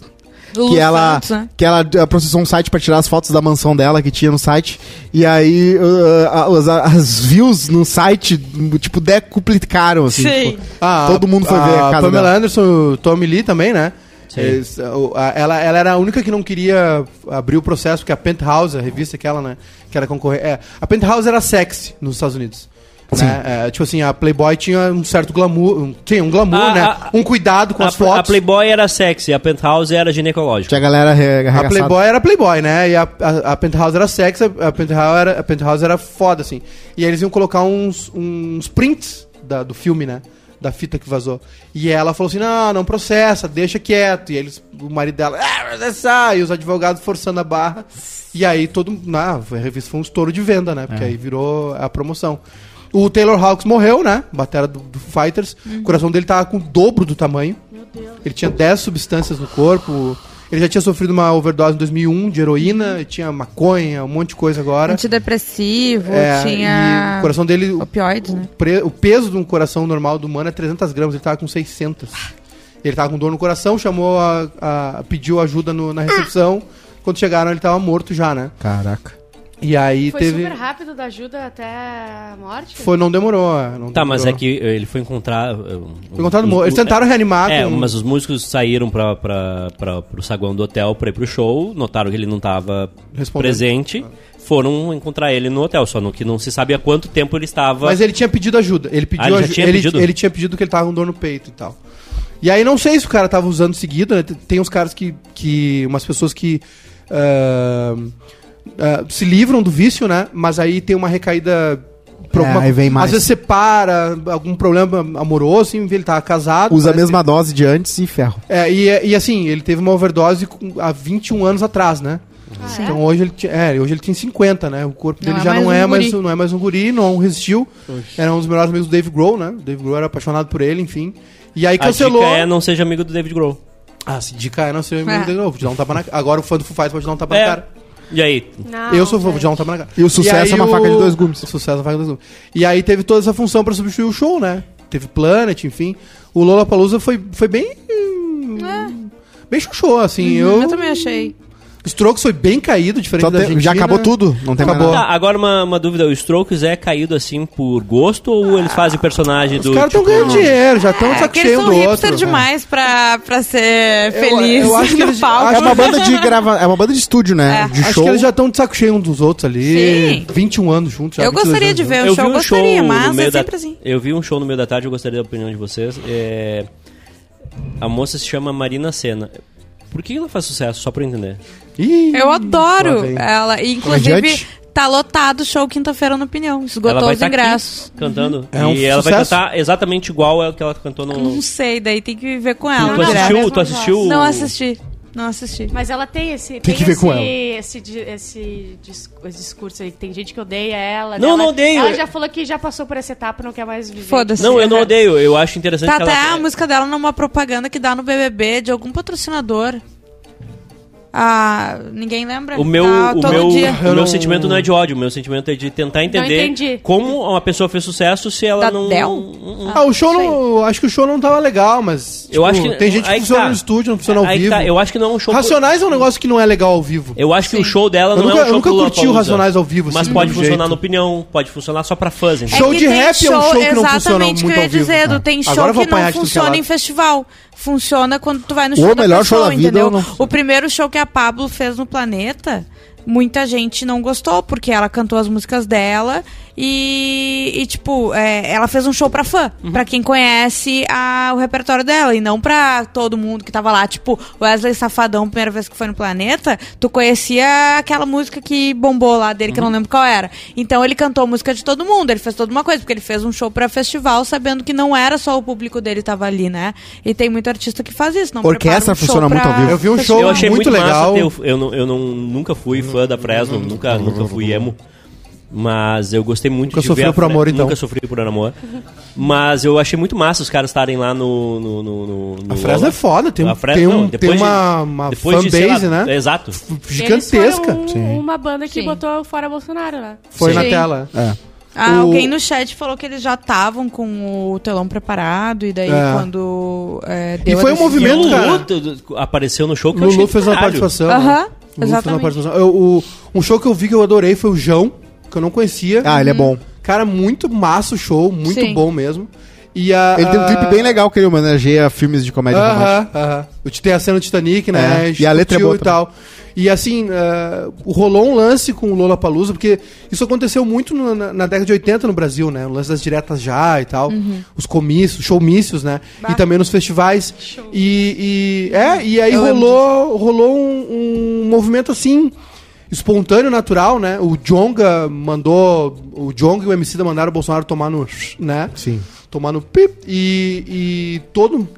que ela, né? que ela eh, processou um site pra tirar as fotos da mansão dela que tinha no site. E aí uh, a- os- a- as views no site, um, tipo, decuplicaram, assim. Sim. tipo. Ah, Todo mundo foi ver a casa Pamela dela. Anderson, o Tommy Lee também, né? Sim. Eles, o- a- ela, ela era a única que não queria abrir o processo, porque a Penthouse, a revista aquela, né? Que era concorrente. É, a Penthouse era sexy nos Estados Unidos. Né? É, tipo assim, a Playboy tinha um certo glamour. Um, tinha um glamour, A- né? a- um cuidado com a, as fotos. a Playboy era sexy, a Penthouse era ginecológica. Tinha a galera re- A arregaçada. Playboy era Playboy, né? E a, a, a Penthouse era sexy, a Penthouse era, a Penthouse era foda, assim. E aí eles iam colocar uns, uns prints da- do filme, né? Da fita que vazou. E ela falou assim: não, não processa, deixa quieto. E eles, o marido dela, ah, processar. E os advogados forçando a barra. E aí todo. Ah, a revista foi um estouro de venda, né? Porque aí virou a promoção. O Taylor Hawks morreu, né? Batera do, do Fighters. O coração dele tava com o dobro do tamanho. Ele tinha 10 substâncias no corpo. Ele já tinha sofrido uma overdose em 2001 de heroína, Uhum. e tinha maconha, um monte de coisa agora. Antidepressivo, É, e o tinha coração dele, o, opioides, né? pre- o peso de um coração normal do humano é 300 gramas, ele tava com 600. Ele tava com dor no coração, chamou a, a- pediu ajuda no- na recepção. Quando chegaram, ele tava morto já, né? Caraca. E aí Foi teve. super rápido da ajuda até a morte? Foi, não demorou. é, Não Tá, mas é demorou. que ele foi encontrar. Foi Foi encontrado morto. Eles tentaram reanimar. É, com- mas os músicos saíram pra, pra, pra, pro saguão do hotel pra ir pro show, notaram que ele não tava Respondendo. presente, foram encontrar ele no hotel, só no que não se sabe há quanto tempo ele estava. Mas ele tinha pedido ajuda. Ele pediu Ah, ele já aju- tinha ele, pedido? ele tinha pedido que ele tava com dor no peito e tal. E aí não sei se o cara tava usando seguido, né? Tem- Tem uns caras que. que umas pessoas que. ah, ah, se livram do vício, né? Mas aí tem uma recaída. por É, aí vem mais. Às vezes separa, algum problema amoroso, enfim, ele tava casado. Usa a parece mesma dose de antes e ferro. É, e, e assim, ele teve uma overdose com- há 21 anos atrás, né? Ah, Então hoje ele, ti- é, hoje ele tem 50, né? O corpo Não dele é já mais não, um é guri. mais, um- não é mais um guri, não resistiu. Era um dos melhores amigos do Dave Grohl, né? O Dave Grohl era apaixonado por ele, enfim. E aí a cancelou. dica é não seja amigo do David Grohl. Ah, se dica é não ser amigo do É. Dave Grohl. Vou te dar um tapa na cara. Agora o fã do Foo Fighters pode dar um tapa É. na cara. E aí? Não, Eu sou fã, vou gente. te dar um tapa na cara. E o sucesso aí é uma faca de dois gumes. O sucesso é uma faca de dois gumes. E aí teve toda essa função pra substituir o show, né? Teve Planet, enfim. O Lollapalooza foi, foi bem... hum, Bem chuchou, assim. É. Uhum, Eu... eu também achei. o Strokes foi bem caído, diferente Só da tem- Argentina. já acabou tudo, não tem mais Acabou. nada. Tá, agora uma, uma dúvida: o Strokes é caído assim por gosto ou eles fazem personagem Os do. caras estão tipo, ganhando dinheiro, já estão de É saco que eles cheio um são do hipster outro. demais pra, pra ser feliz eu acho que no eles- palco. É acho- uma banda de grava... é uma banda de estúdio, né? De Acho show. que eles já estão de saco cheio um dos outros ali. Sim. 21 anos juntos. já, Eu 22 gostaria anos de juntos. ver o um show, eu gostaria, mas é da, sempre assim. Eu vi um show no meio da tarde, eu gostaria da opinião de vocês. É, A moça se chama Marina Senna. Por que ela faz sucesso? Só pra eu entender. Ih, Eu Hum, lá adoro vem. ela. E, inclusive, Comediante? tá lotado o show quinta-feira no Opinião. Esgotou os tá aqui ingressos. cantando. É um e ela vai sucesso. cantar exatamente igual ao que ela cantou no. Não sei, daí tem que ver com Tu, ela. Hum. tu não, direto. assistiu? mesma Tu assistiu? Não assisti. Não assisti. Mas ela tem esse. Tem que ver esse, com ela. Esse, di- esse, discu- esse discurso aí. Tem gente que odeia ela. Não, ela- não odeio. é. Ela já falou que já passou por essa etapa e não quer mais viver. Foda-se. Não, eu não odeio. Eu acho interessante Tá que até a ela. música dela numa propaganda que dá no BBB de algum patrocinador. Ah, ninguém lembra? O meu, Tá o todo meu, dia. o meu sentimento não é de ódio, o meu sentimento é de tentar entender entendi. como uma pessoa fez sucesso se ela Da não. Dell? não- Ah, o show não. Acho que o show não tava legal, mas. Eu acho que- Tipo, Tem gente que aí que funciona tá. no estúdio, não funciona ao Aí que vivo. tá, eu acho que não é um show. pro- Racionais é um negócio que não é legal ao vivo. Eu acho que o show dela Eu não é um nunca- eu show nunca pro curti o Lollapalooza. Racionais ao vivo, Mas assim, pode do funcionar jeito. na opinião, pode funcionar só pra fãs, entendeu? Show que de tem rap é um show que não funciona Exatamente o que muito eu ao ia vivo. dizer, Edu. Ah. Tem Agora show eu vou que não apanhar de tudo que é funciona lado. em festival. Funciona quando tu vai no O show da melhor show da pessoa, vida entendeu? eu não- O primeiro show que a Pablo fez no planeta, muita gente não gostou, porque ela cantou as músicas dela e, e, tipo, é, ela fez um show pra fã, pra quem conhece a- o repertório dela, e não pra todo mundo que tava lá. Tipo, Wesley Safadão, primeira vez que foi no planeta, tu conhecia aquela música que bombou lá dele, que eu não lembro qual era. Então ele cantou a música de todo mundo, ele fez toda uma coisa, porque ele fez um show pra festival, sabendo que não era só o público dele que tava ali, né? E tem muito artista que faz isso, não Orquestra prepara um show funciona muito pra ao vivo. Eu vi um festival. show eu achei muito muito, legal. massa. ter o- Eu, não, eu não, nunca fui fã da Fresno, nunca, nunca fui emo. Mas eu gostei muito Nunca de sofreu ver a por Fre- amor, então. Nunca sofri por amor. Mas eu achei muito massa os caras estarem lá no. no, no, no- no A Fresno Lola. é foda, tem, um- A Fresno, tem, não, um, tem depois de- uma, uma depois de, sei lá, é- fanbase, né? Exato. Eles Gigantesca. foram um, Sim. uma banda que Sim. botou fora Bolsonaro, né? Foi na Sim. tela. É. Ah, O- Alguém no chat falou que eles já estavam com o telão preparado, e daí É. quando é, deu a foi E um decisão- o movimento- Lulu cara. t- t- apareceu no show que eu achei Lulu do fez uma caralho. participação. né? Aham, O Lulu fez uma exatamente. participação. Eu- o- um show que eu vi que eu adorei foi o João, que eu não conhecia. Ah, ele é bom. Cara, muito massa o show, muito Sim. bom mesmo. E a, Ele tem um a- clipe bem legal que ele homenageia filmes de comédia romântica. Ah. Aham, aham. O Tem a cena do Titanic, né? É, e a letra é Sutil boa e tal. E assim, ah, rolou um lance com o Lola Palusa, porque isso aconteceu muito no- na, na década de 80 no Brasil, né? O lance das diretas já e tal, os comícios, showmícios, né? E também nos festivais. E, e- é, e aí Eu lembro rolou, rolou um, um movimento assim. Espontâneo, natural, né? O Jonga mandou. O Jonga e o MC da mandaram o Bolsonaro tomar no. né? Sim. tomar no pip e, e todo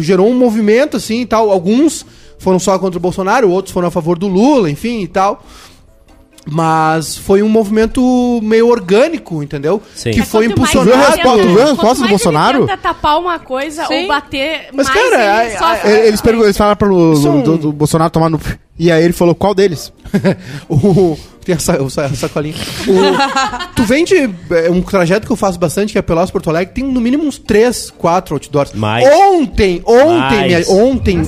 gerou um movimento assim e tal. Alguns foram só contra o Bolsonaro, outros foram a favor do Lula, enfim e tal. Mas foi um movimento meio orgânico, entendeu? Sim. Que É, foi Quanto mais impulsionado. Tu viu a ele resposta? Tu tenta- viu a quanto resposta do mais ele Bolsonaro? tenta tapar uma coisa Sim. ou bater Mas, mais, cara, ele a- só... a- Ele- é, Eles, pergun- eles falaram pro Isso é um- Uhum. do, do Bolsonaro tomar no. E aí ele falou qual deles? o, tem a, sa- o sa- a sacolinha. O- tu vende é, um trajeto que eu faço bastante, que é Pelotas Porto Alegre, tem no mínimo uns 3, 4 outdoors. Mais. Ontem, ontem, Mais. minha- ontem, cidade ontem tem um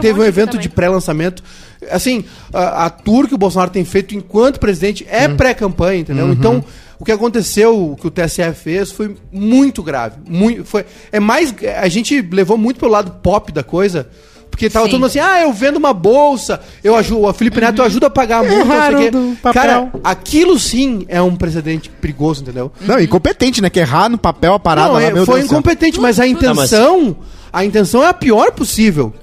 teve um monte evento também. de pré-lançamento. Assim, a, a tour que o Bolsonaro tem feito enquanto presidente é pré-campanha, entendeu? Então, o que aconteceu, o que o TSE fez, foi muito grave. Muito, foi, é mais, a gente levou muito pelo lado pop da coisa, porque tava Sim. todo mundo assim, ah, eu vendo uma bolsa, eu ajudo, o Felipe Neto ajuda a pagar a multa, não sei o Erraram quê. do papel. Cara, aquilo sim é um precedente perigoso, entendeu? Não, incompetente, né? Que errar no papel a parada Não, lá, é- meu foi Deus do céu. incompetente, mas a mas- intenção, a intenção é a pior possível.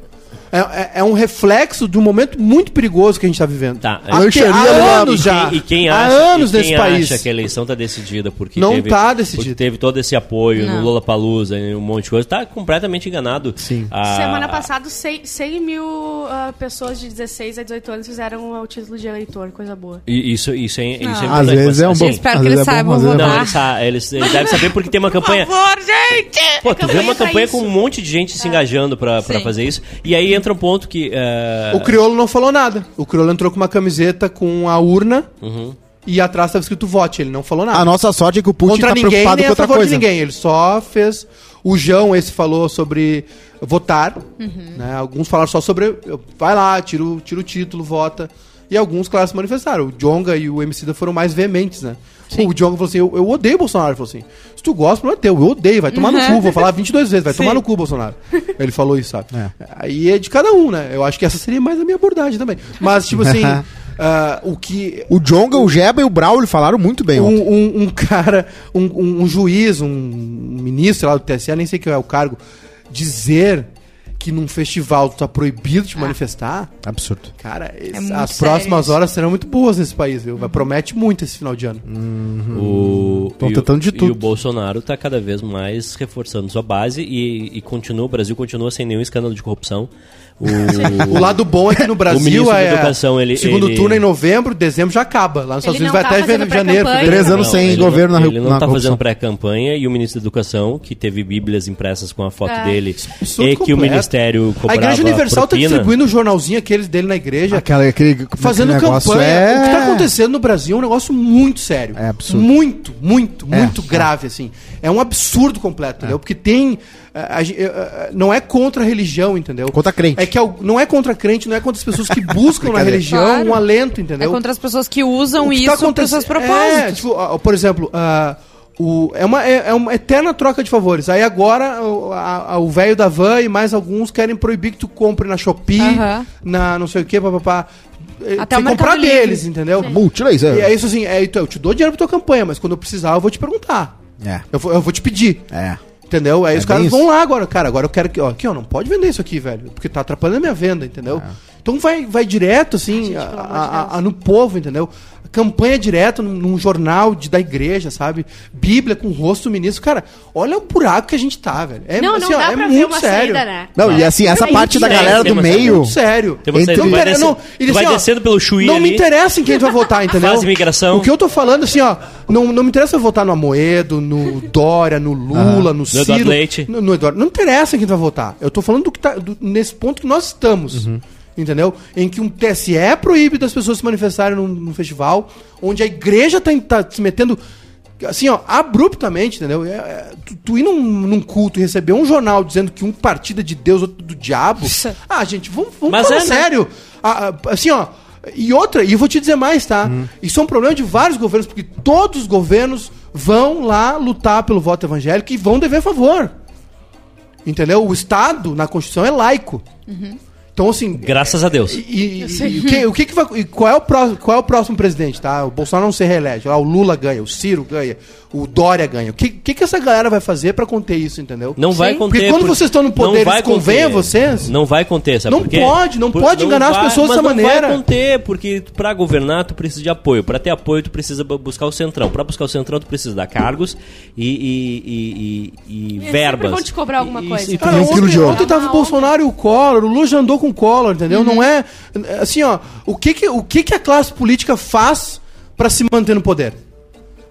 É, é- é um reflexo de um momento muito perigoso que a gente está vivendo. Tá, é. há, te- Lancheria há do anos já. E quem há acha, anos e quem nesse acha país. que a eleição tá decidida porque Não teve, tá decidida. porque teve todo esse apoio Não. no Lula Palusa e um monte de coisa, tá completamente enganado. Ah, Sim. A- Semana passada, 100, mil ah, pessoas de 16 a 18 anos fizeram o título de eleitor, coisa boa. E Isso, isso é, isso é Às importante, vezes mas, é um assim, bom- Espero às que vezes eles é bom, saibam às vezes é Não, roubar. eles, sa- eles, eles devem saber porque tem uma Por campanha. favor, gente! Pô, tu vê campanha uma pra campanha isso. com um monte de gente se engajando pra, pra Sim. fazer isso. E aí entra um ponto que. é, O Criolo não falou nada. O Criolo entrou com uma camiseta com a urna Uhum. e atrás estava escrito vote. Ele não falou nada. A nossa sorte é que o Putin contra tá ninguém, preocupado nem com a outra favor coisa. de ninguém. Ele só fez. O João, esse, falou sobre votar. né? Alguns falaram só sobre. Vai lá, tira o, tira o título, vota. E alguns, claro, se manifestaram. O Jonga e o Emicida foram mais veementes, né? O Jonga falou assim: eu, eu odeio o Bolsonaro. Ele falou assim: se tu gosta, o problema é teu. Eu odeio, vai tomar no cu. Vou falar 22 vezes, vai tomar no cu, Bolsonaro. Ele falou isso, sabe? Aí é de cada um, né? Eu acho que essa seria mais a minha abordagem também. Mas, tipo assim, ah, o que O Jonga, o Jeba e o Braulio falaram muito bem ontem. um, um- um cara, um, um- um juiz, um ministro lá do TSE, nem sei qual é o cargo, dizer que num festival tu tá proibido Ah. de manifestar, Absurdo. cara, É es- muito as sério próximas isso. horas serão muito boas nesse país, Uhum. viu? Vai- Promete muito esse final de ano. Uhum. O, Tão e o- tentando de E tudo. o Bolsonaro está cada vez mais reforçando sua base e, e continua, o Brasil continua sem nenhum escândalo de corrupção. O, O lado bom é que no Brasil ministro da é Educação, ele- segundo ele- turno é em novembro, dezembro já acaba. Lá nos Estados Ele Unidos não vai tá até janeiro. fazendo pré-campanha. fevereiro. é Três anos sem ele governo não, na Ele não na tá corrupção. fazendo pré-campanha e o ministro da Educação, que teve bíblias impressas com a foto É. dele um Absurdo e que o completo. ministério A cobrava Igreja Universal tá propina, distribuindo o jornalzinho aqueles dele na igreja. Aquela, aquele, fazendo aquele negócio campanha. É... O que tá acontecendo no Brasil é um negócio muito sério. É absurdo. Muito, muito, É, muito é. grave, assim. É um absurdo completo, entendeu? Porque tem. eh, a gen- eh, eh, não é contra a religião, entendeu? Contra a crente. É que al- não é contra a crente, não é contra as pessoas que buscam na Brincadeira. religião Claro. um alento, É entendeu? contra as pessoas que O usam que isso tá para acontecendo- os seus É, propósitos. tipo, ah, por exemplo, ah, o, é, uma, é, é uma eterna troca de favores. Aí agora o- a- a- o velho da van e mais alguns querem proibir que tu compre na Shopee, Aham. na não sei o que, papapá. Eh, Até sem o Mercado comprar Livre. deles, entendeu? Multilaser. E é isso assim, é, então, eu te dou dinheiro pra tua campanha, mas quando eu precisar eu vou te perguntar. É. Eu vou, eu vou te pedir. É. Entendeu? Aí É os caras bem vão isso. lá agora, cara. Agora eu quero que. Ó, aqui, ó, não pode vender isso aqui, velho. Porque tá atrapalhando a minha venda, entendeu? É. Então vai, vai direto, assim, a- pelo amor de a- a- Deus. a- no povo, entendeu? Campanha direto num, num jornal de, da igreja, sabe? Bíblia com o rosto do ministro. Cara, olha o buraco que a gente tá, velho. É, não, não assim, ó, dá é pra ver muito uma sério. saída, né? Não, e assim, essa Não, parte isso da é- galera do tem, mas é meio. Muito sério. Tem uma saída, Então, vai pera- descendo- não, ele vai assim, ó, descendo pelo Chuí Não ali. me interessa em quem tu vai votar, entendeu? Faz imigração. O que eu tô falando, assim, ó, não, não me interessa eu votar no Amoedo, no Dória, no Lula, no Ciro. Eduardo Leite. No, no Eduardo. Não interessa em quem tu vai votar. Eu tô falando do que tá, do- nesse ponto que nós estamos. Uhum. Entendeu? Em que um TSE proíbe das pessoas se manifestarem num, num festival, onde a igreja tá, em- tá se metendo, assim, ó, abruptamente, entendeu? É- é- tu, tu ir num, num culto e receber um jornal dizendo que um partido é de Deus, outro do diabo. Ah, gente, vamos, vamos Mas falar é, né? sério sério. Ah, ah, assim, ó. E outra, e eu vou te dizer mais, tá? Uhum. Isso é um problema de vários governos, porque todos os governos vão lá lutar pelo voto evangélico e vão dever favor. Entendeu? O Estado, na Constituição, é laico. Então, assim. Graças a Deus. E, e- e o que, o que que vai, e qual, é o próximo, qual é o próximo presidente, tá? O Bolsonaro não se reelege. Lá, o Lula ganha, o Ciro ganha, o Dória ganha. O que, que, que essa galera vai fazer pra conter isso, entendeu? Não vai Sim. conter. Porque quando por- vocês estão no poder, não vai eles convêm a conter. vocês? Não vai conter, sabe Não por quê? pode, não pode enganar as pessoas mas dessa maneira. Não vai conter, porque tu- pra governar tu precisa de apoio. Pra ter apoio tu precisa bu- buscar o centrão. Pra buscar o centrão tu precisa dar cargos e, e, e, e, e Eles verbas. sempre vão te cobrar alguma E- e- coisa. e tu Cara, Tem um ontem, quilo de ouro. ontem tava o Bolsonaro e o Collor, o Lula já andou com o Collor, entendeu? Não é. Assim, ó, o que que, o que que a classe política faz pra se manter no poder?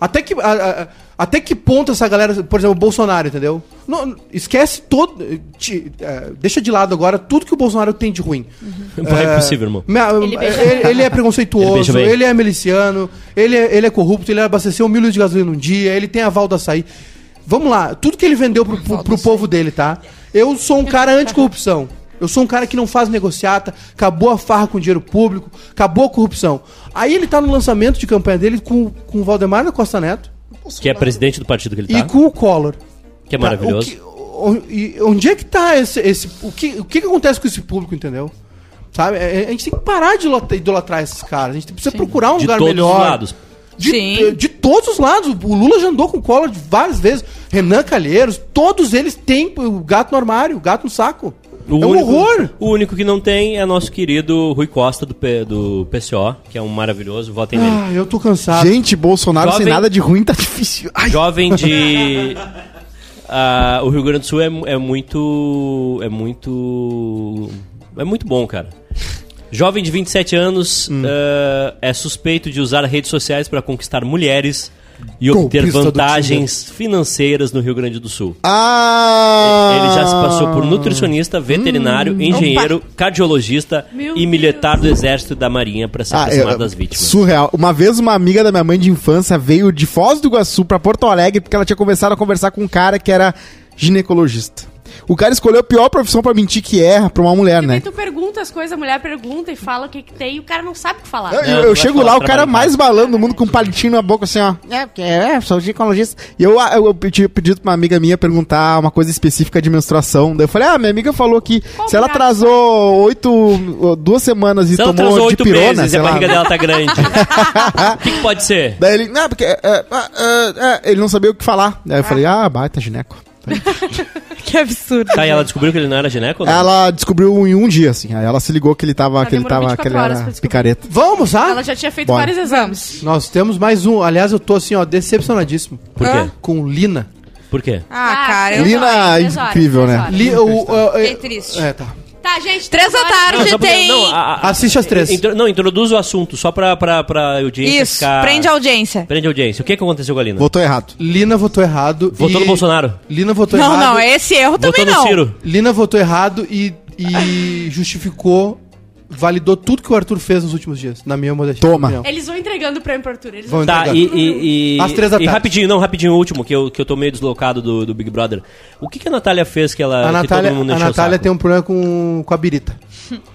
Até que, a- a- a- até que ponto essa galera, por exemplo, o Bolsonaro, entendeu? Não, esquece todo. te- eh, deixa de lado agora tudo que o Bolsonaro tem de ruim. Vai, é impossível, irmão. Ma- Ele Ele, beija ele, é Ele preconceituoso, beija ele, bem. é miliciano, ele é, ele é corrupto, ele abasteceu um milho de gasolina num dia, ele tem aval do açaí. Vamos lá, tudo que ele vendeu pro, pro, pro povo dele, tá? Eu sou um cara anticorrupção. Eu sou um cara que não faz negociata, acabou a farra com dinheiro público, acabou a corrupção. Aí ele tá no lançamento de campanha dele com, com o Valdemar da Costa Neto Que é presidente do partido que ele e tá. com o Collor. Que é Tá, maravilhoso. o que- o- e onde é que tá esse. esse o que, o que, que acontece com esse público, entendeu? Sabe? É- é- A gente tem que parar de lota- idolatrar esses caras. A gente precisa procurar um De lugar todos melhor. os lados. De, eh, Sim. de todos os lados. O Lula já andou com o Collor de várias vezes. Renan Calheiros, todos eles têm o gato no armário, o gato no saco. é um horror. O único que não tem é nosso querido Rui Costa do, P- do PCO, que é um maravilhoso, votem nele. Ah, eu tô cansado. Gente, Bolsonaro sem Jovem- nada de ruim tá difícil. Ai, Jovem de. Ah, o Rio Grande do Sul é, mu- é muito. É muito. É muito bom, cara. Jovem de 27 anos Hum. ah, é suspeito de usar redes sociais para conquistar mulheres e obter Golpista do vantagens financeiras no Rio Grande do Sul. Ah! Hum. Ele já se passou por nutricionista, veterinário, engenheiro, cardiologista Meu e militar do Exército e da Marinha para se Ah, aproximar eu- das vítimas. Surreal. Uma vez uma amiga da minha mãe de infância veio de Foz do Iguaçu pra Porto Alegre porque ela tinha começado a conversar com um cara que era ginecologista. O cara escolheu a pior profissão pra mentir que é pra uma mulher, Porque né? tu pergunta as coisas, a mulher pergunta e fala o que, que tem e o cara não sabe o que falar. É, Eu, Não, eu não vai chego falar lá, o pra cara trabalhar. mais balando do mundo com um palitinho na boca, assim, ó. É, porque é, sou ginecologista. E eu, eu, eu tinha pedido pra uma amiga minha perguntar uma coisa específica de menstruação. Daí eu falei, ah, minha amiga falou que Qual se ela braço? atrasou oito, duas semanas e Se ela tomou transou de oito pirona, meses e sei a lá. barriga dela tá grande. O que, que pode ser? Daí ele, não, porque é, é, é, é, ele não sabia o que falar. Daí eu falei, ah, baita gineco. Que absurdo. Tá, e ela descobriu que ele não era gineco? né? não? Ela descobriu em um dia, assim. Aí ela se ligou que ele tava, Ela que ele Ah, demorou tava, 24 que ele horas pra era descobrir. picareta. Vamos, ah? Ela já tinha feito Bora. vários exames. Nós temos mais um. Aliás, eu tô assim, ó, decepcionadíssimo. Por quê? Com Lina. Por quê? Ah, cara, eu... Lina é incrível, né? Li, o, o- Ah, Fiquei é- triste. É, tá. Tá, gente. Três da agora- Não, tarde só porque- tem... não, a- a- Assiste as três. intro- não, introduz o assunto, só pra, pra, pra audiência Isso, ficar... prende a audiência. Prende a audiência. O que, que aconteceu com a Lina? Votou errado. Lina votou errado. Votou no Bolsonaro. Lina votou Não, errado. não, é esse erro Votou também no não. Ciro. Lina votou errado e, e justificou, validou tudo que o Arthur fez nos últimos dias, na minha modéstia. Toma. É, opinião. Eles vão entregando o prêmio pro Arthur. Eles Vão vão... Tá, entregar. e, e, e- Às três da e tarde. rapidinho, não, rapidinho, o último, que eu, que eu tô meio deslocado do, do Big Brother. O que, que a Natália fez é, que ela A que Natália, a encheu o Natália saco? tem um problema com, com a birita.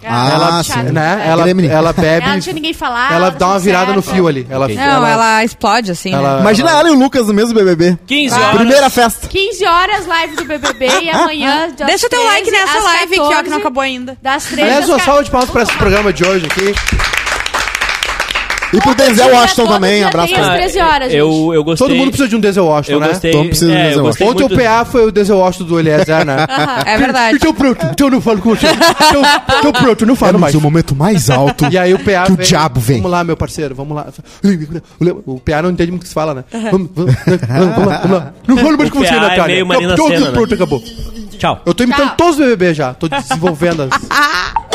Ah, ela, sim. chata. Né? É. Ela, Gremlin. ela Ela bebe. não tinha ninguém falar. ela dá uma não virada no serve. fio ali. Ela, Ok. Não, ela explode assim, ela- né? Imagina ela e o Lucas no mesmo BBB. 15 Ah. horas. Primeira festa. 15 horas live do BBB e amanhã. das Deixa teu like 13 nessa às live aqui, ó, que não 14, acabou ainda. Das três. Aliás, às uma ca- salva de palmas para esse programa de hoje aqui. E pro Denzel dia, Washington é todo também, dia abraço tem pra as Ah, ele. 13 horas, Eu, eu gostei... Todo mundo precisa de um Denzel Washington, Eu né? gostei... Todo mundo precisa do é, eu Denzel gostei Ontem muito... o PA foi o Denzel Washington do Eliezer, né? É verdade. Então pronto, então não falo com você. Então, então pronto, não Era falo o mais. seu momento mais alto. E aí o PA Que o vem, diabo vem. Vamos lá, meu parceiro, vamos lá. O PA não entende muito o que se fala, né? Vamos, vamos, vamos, vamos lá, vamos lá. Não falo mais com O você, PA é Natália. meio Marina Acabou, Senna, né? pronto, acabou. Tchau. Eu tô imitando Tchau. todos os BBB já. Tô desenvolvendo. as-